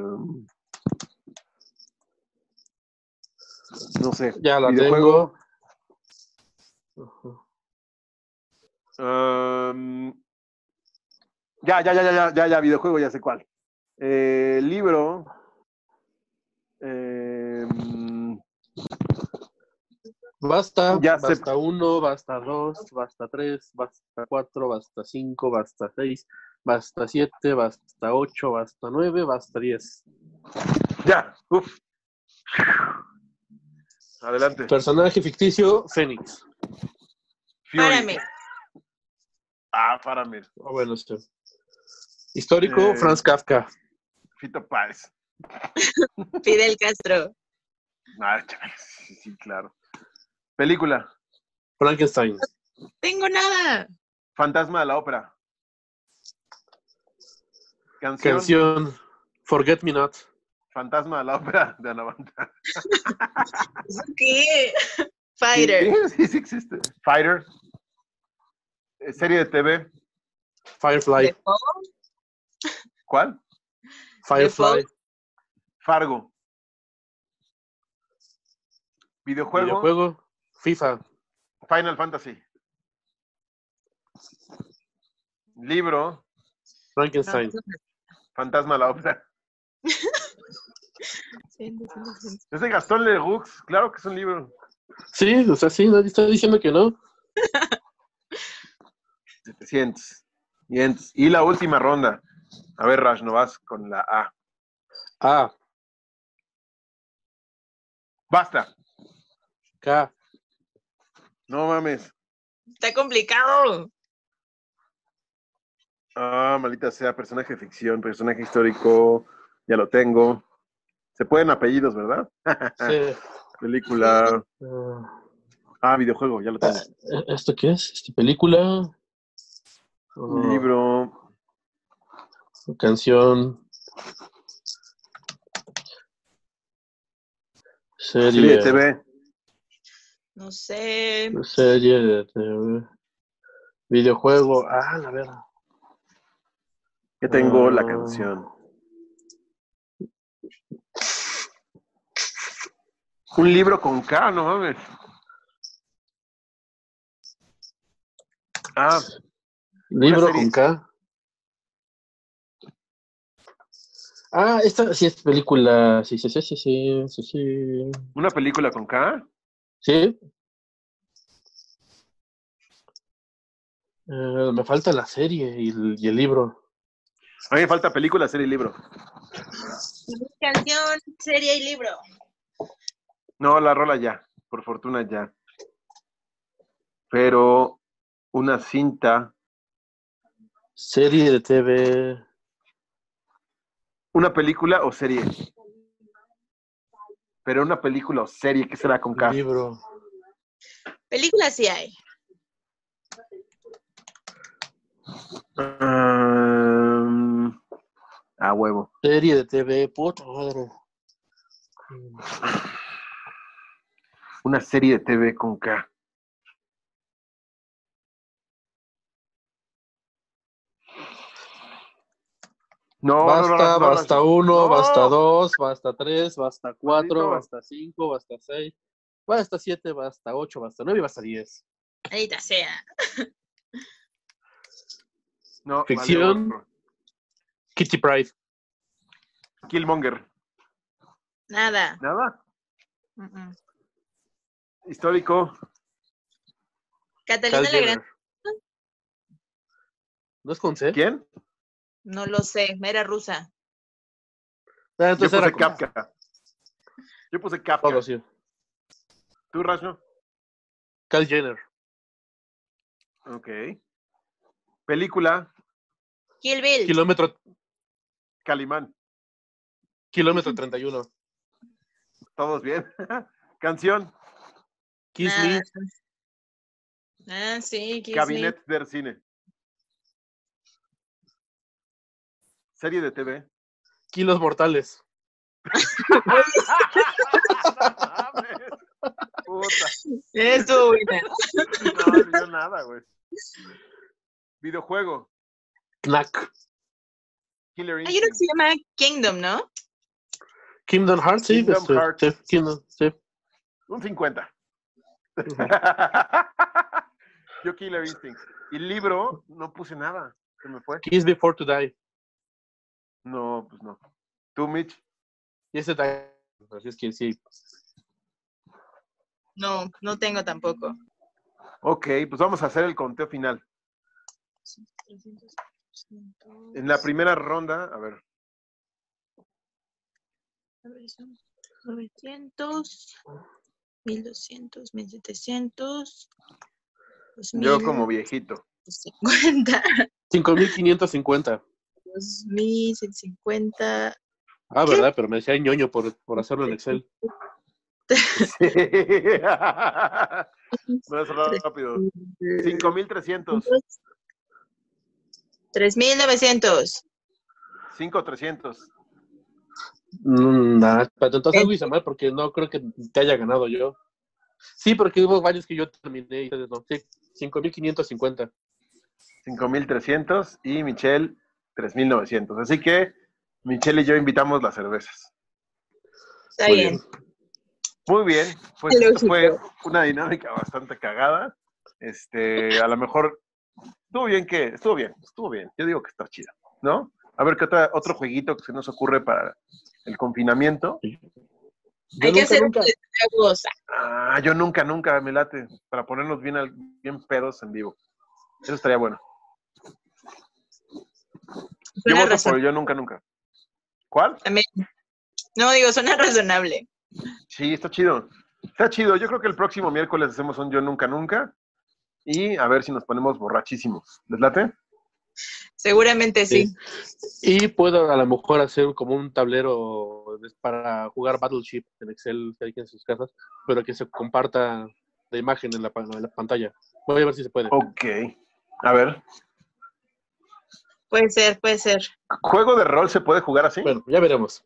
S3: no sé.
S2: Ya la
S3: videojuego.
S2: tengo. Ajá.
S3: Um, ya, ya, ya, ya, ya, ya, ya, videojuego, ya sé cuál. Eh, libro. em,
S2: Basta,
S3: Ya sé.
S2: basta uno, basta dos, basta tres, basta cuatro, basta cinco, basta seis, basta siete, basta ocho, basta nueve, basta diez.
S3: ya, uf. Adelante.
S2: Personaje ficticio, Fénix.
S3: Fury.
S4: Párame.
S3: Ah, Faramir.
S2: Ah, bueno, este. Histórico,
S3: Eh.
S2: Franz Kafka.
S3: Fito Páez.
S4: Fidel Castro.
S3: Ah, chale, sí, sí, claro. Película.
S2: Frankenstein.
S4: Tengo nada.
S3: Fantasma de la ópera. Canción.
S2: Canción, Forget Me Not.
S3: Fantasma de la ópera de Anabanta.
S4: ¿Qué? Fighter.
S3: Sí, sí, sí existe. Fighter. Eh, serie de TV.
S2: Firefly,
S4: The Fall,
S3: ¿Cuál?
S2: Firefly,
S3: Fargo. Videojuego.
S2: videojuego, FIFA,
S3: Final Fantasy. Libro.
S2: Frankenstein.
S3: Fantasma de la ópera.
S4: Sí, sí, sí, sí.
S3: Es de Gastón Leroux. Claro que es un libro.
S2: Sí, o sea, sí, nadie está diciendo que no.
S3: 700. 500. Y la última ronda. A ver, Rash, no vas con la A.
S2: A,
S3: Basta.
S2: K,
S3: No mames.
S4: Está complicado.
S3: Ah, maldita sea, personaje de ficción, personaje histórico, ya lo tengo. Se pueden apellidos, ¿verdad?
S2: C.
S3: Película.
S2: Ah,
S3: Ah, videojuego, ya lo tengo.
S2: e-, ¿Esto qué es? ¿Esta película? Ah,
S3: Libro.
S2: Canción.
S3: Serie
S2: Serie.
S3: de TV.
S4: No sé.
S2: Serie de TV. Videojuego. Ah, la verdad.
S3: Ya tengo la
S2: Ah.
S3: canción. Un libro con K, no mames. Ah,
S2: Libro
S3: serie.
S2: con K. Ah, esta sí es película. Sí, sí, sí, sí, sí, sí, sí.
S3: una película con K.
S2: Sí. Eh, me falta la serie y el, y el libro.
S3: A mí me falta película, serie y libro.
S4: Canción, serie y libro.
S3: No, la rola ya, por fortuna ya. Pero una cinta,
S2: Serie de TV.
S3: una película o serie. Pero una película o serie, ¿qué será con K?
S2: Libro.
S4: Películas sí hay.
S3: Um, a huevo.
S2: Serie de TV. Puta madre.
S3: Una serie de TV con K. No, no, no,
S2: Basta,
S3: no, no,
S2: basta uno,
S3: No.
S2: basta dos, basta tres, basta cuatro,
S3: Maldito.
S2: basta cinco, basta seis, basta siete, basta ocho, basta nueve y basta diez.
S4: Ahorita sea.
S3: no, vale,
S2: Ficción.
S3: gorro.
S2: Kitty Pride.
S3: Killmonger.
S4: Nada.
S3: Nada.
S4: Mm, mm.
S3: Histórico.
S4: Catalina
S2: Cal
S4: la
S2: Jenner. ¿No es con C?
S3: ¿Quién?
S4: No lo sé. Mera rusa.
S2: Ah,
S3: Yo
S2: entonces
S3: puse
S2: era con
S3: Kafka. Yo puse Kafka.
S2: Todo, sí.
S3: ¿Tú, Rasno?
S2: Cal Jenner.
S3: Ok. Película,
S4: Kill Bill.
S2: Kilómetro,
S3: Calimán.
S2: kilómetro 31.
S3: Todos bien. Canción,
S2: Kiss
S4: Nada.
S2: Me.
S4: Ah, sí, Kiss
S3: Cabinet del Cine. Serie de TV.
S2: Kilos mortales.
S3: No mames. Puta.
S4: Me. Estuvo buena.
S3: No me olvidó nada, güey. Videojuego,
S2: Knack.
S3: Killer
S4: Hay uno que
S3: Instinct.
S4: se llama Kingdom, ¿no?
S2: Kingdom Hearts, sí.
S3: Kingdom
S2: este,
S3: Hearts.
S2: sí, Kingdom, sí.
S3: Un 50. Yo Killer Instinct. Y libro, no puse nada. Se me fue.
S2: Kiss Before to Die.
S3: No, pues no. Tú, Mitch.
S2: Y ese da- Así es que sí.
S4: No, no tengo tampoco.
S3: Ok, pues vamos a hacer el conteo final. En la primera ronda, a ver,
S4: 900, 1200, 1700,
S3: yo como viejito.
S4: 2050,
S2: 5550.
S4: 2150,
S2: Ah, ¿verdad? Pero me decía ñoño por, por hacerlo en Excel.
S3: Más rápido. 5300,
S4: 3900,
S3: 5300,
S2: Mm, Nah, pero entonces
S4: Eh.
S2: algo hice mal porque no creo que te haya ganado yo. Sí, porque hubo varios que yo terminé y ustedes no. Sí, 5.550.
S3: 5.300 y Michelle 3.900. Así que Michelle y yo invitamos las cervezas.
S4: Está
S2: Muy
S4: bien.
S3: Muy bien, pues esto
S4: Lógico.
S3: fue una dinámica bastante cagada. Este, a lo mejor estuvo bien que, estuvo bien, estuvo bien. Yo digo que está chido, ¿no? A ver qué otra, otro jueguito que se nos ocurre para el confinamiento.
S2: Yo
S4: Hay que
S2: nunca,
S4: hacer un
S2: nunca-
S4: juego, o sea,
S3: Ah, yo nunca, nunca me late para ponernos bien, al- bien pedos en vivo. Eso estaría bueno. Yo
S4: suena
S3: voto por
S4: razonable.
S3: el yo nunca, nunca. ¿Cuál?
S4: No, digo, suena razonable.
S3: Sí, está chido. Está chido. Yo creo que el próximo miércoles hacemos un yo nunca, nunca. Y a ver si nos ponemos borrachísimos. ¿Les late?
S4: Seguramente sí.
S2: Y puedo a lo mejor hacer como un tablero de- para jugar Battleship en Excel, que hay en sus casas, pero que se comparta la imagen en la, pa- en la pantalla. Voy a ver si se puede.
S3: Ok. A ver.
S4: Puede ser, puede ser.
S3: ¿Juego de rol se puede jugar así?
S2: Bueno, ya veremos.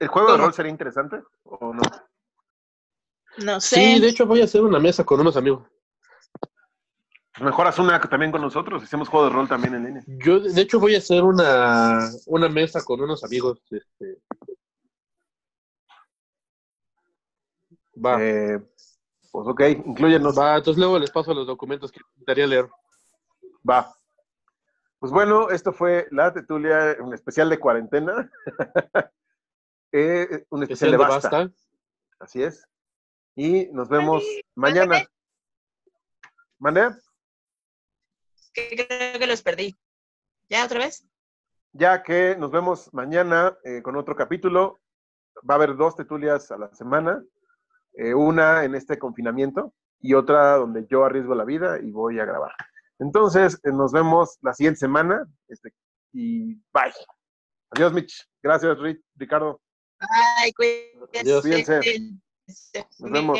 S3: ¿El juego de
S4: ¿cómo?
S3: rol sería interesante o no? Pues
S4: No sé.
S2: Sí, de hecho voy a hacer una mesa con unos amigos.
S3: Pues mejor haz una también con nosotros. Hicimos juego de rol también en línea.
S2: Yo, de hecho, voy a hacer una, una mesa con unos amigos. Este. Va,
S3: Eh, pues ok, incluyenos.
S2: va, entonces luego les paso los documentos que necesitaría leer.
S3: Va. Pues bueno, esto fue la tetulia, un especial de cuarentena. Eh, un
S2: Es
S3: especial
S2: el
S3: de
S2: de
S3: basta.
S2: basta.
S3: Así es. Y nos vemos mañana. ¿Mande?
S4: que creo que los perdí. ¿Ya otra vez?
S3: Ya que nos vemos mañana eh, con otro capítulo. Va a haber dos tetulias a la semana. eh, una en este confinamiento y otra donde yo arriesgo la vida y voy a grabar. Entonces, eh, nos vemos la siguiente semana. Este, y bye. Adiós, Mitch. Gracias, Ri- Ricardo.
S4: Ay, cuídense.
S2: Adiós.
S3: Cuídense.
S4: Nos
S3: vemos.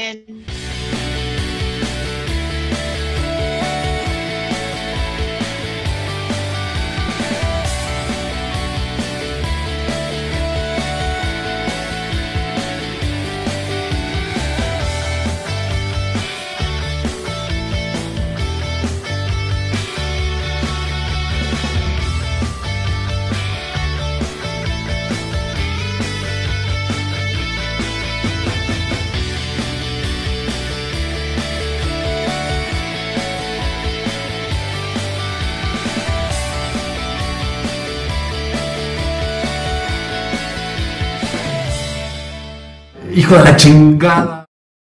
S6: Hijo de la chingada.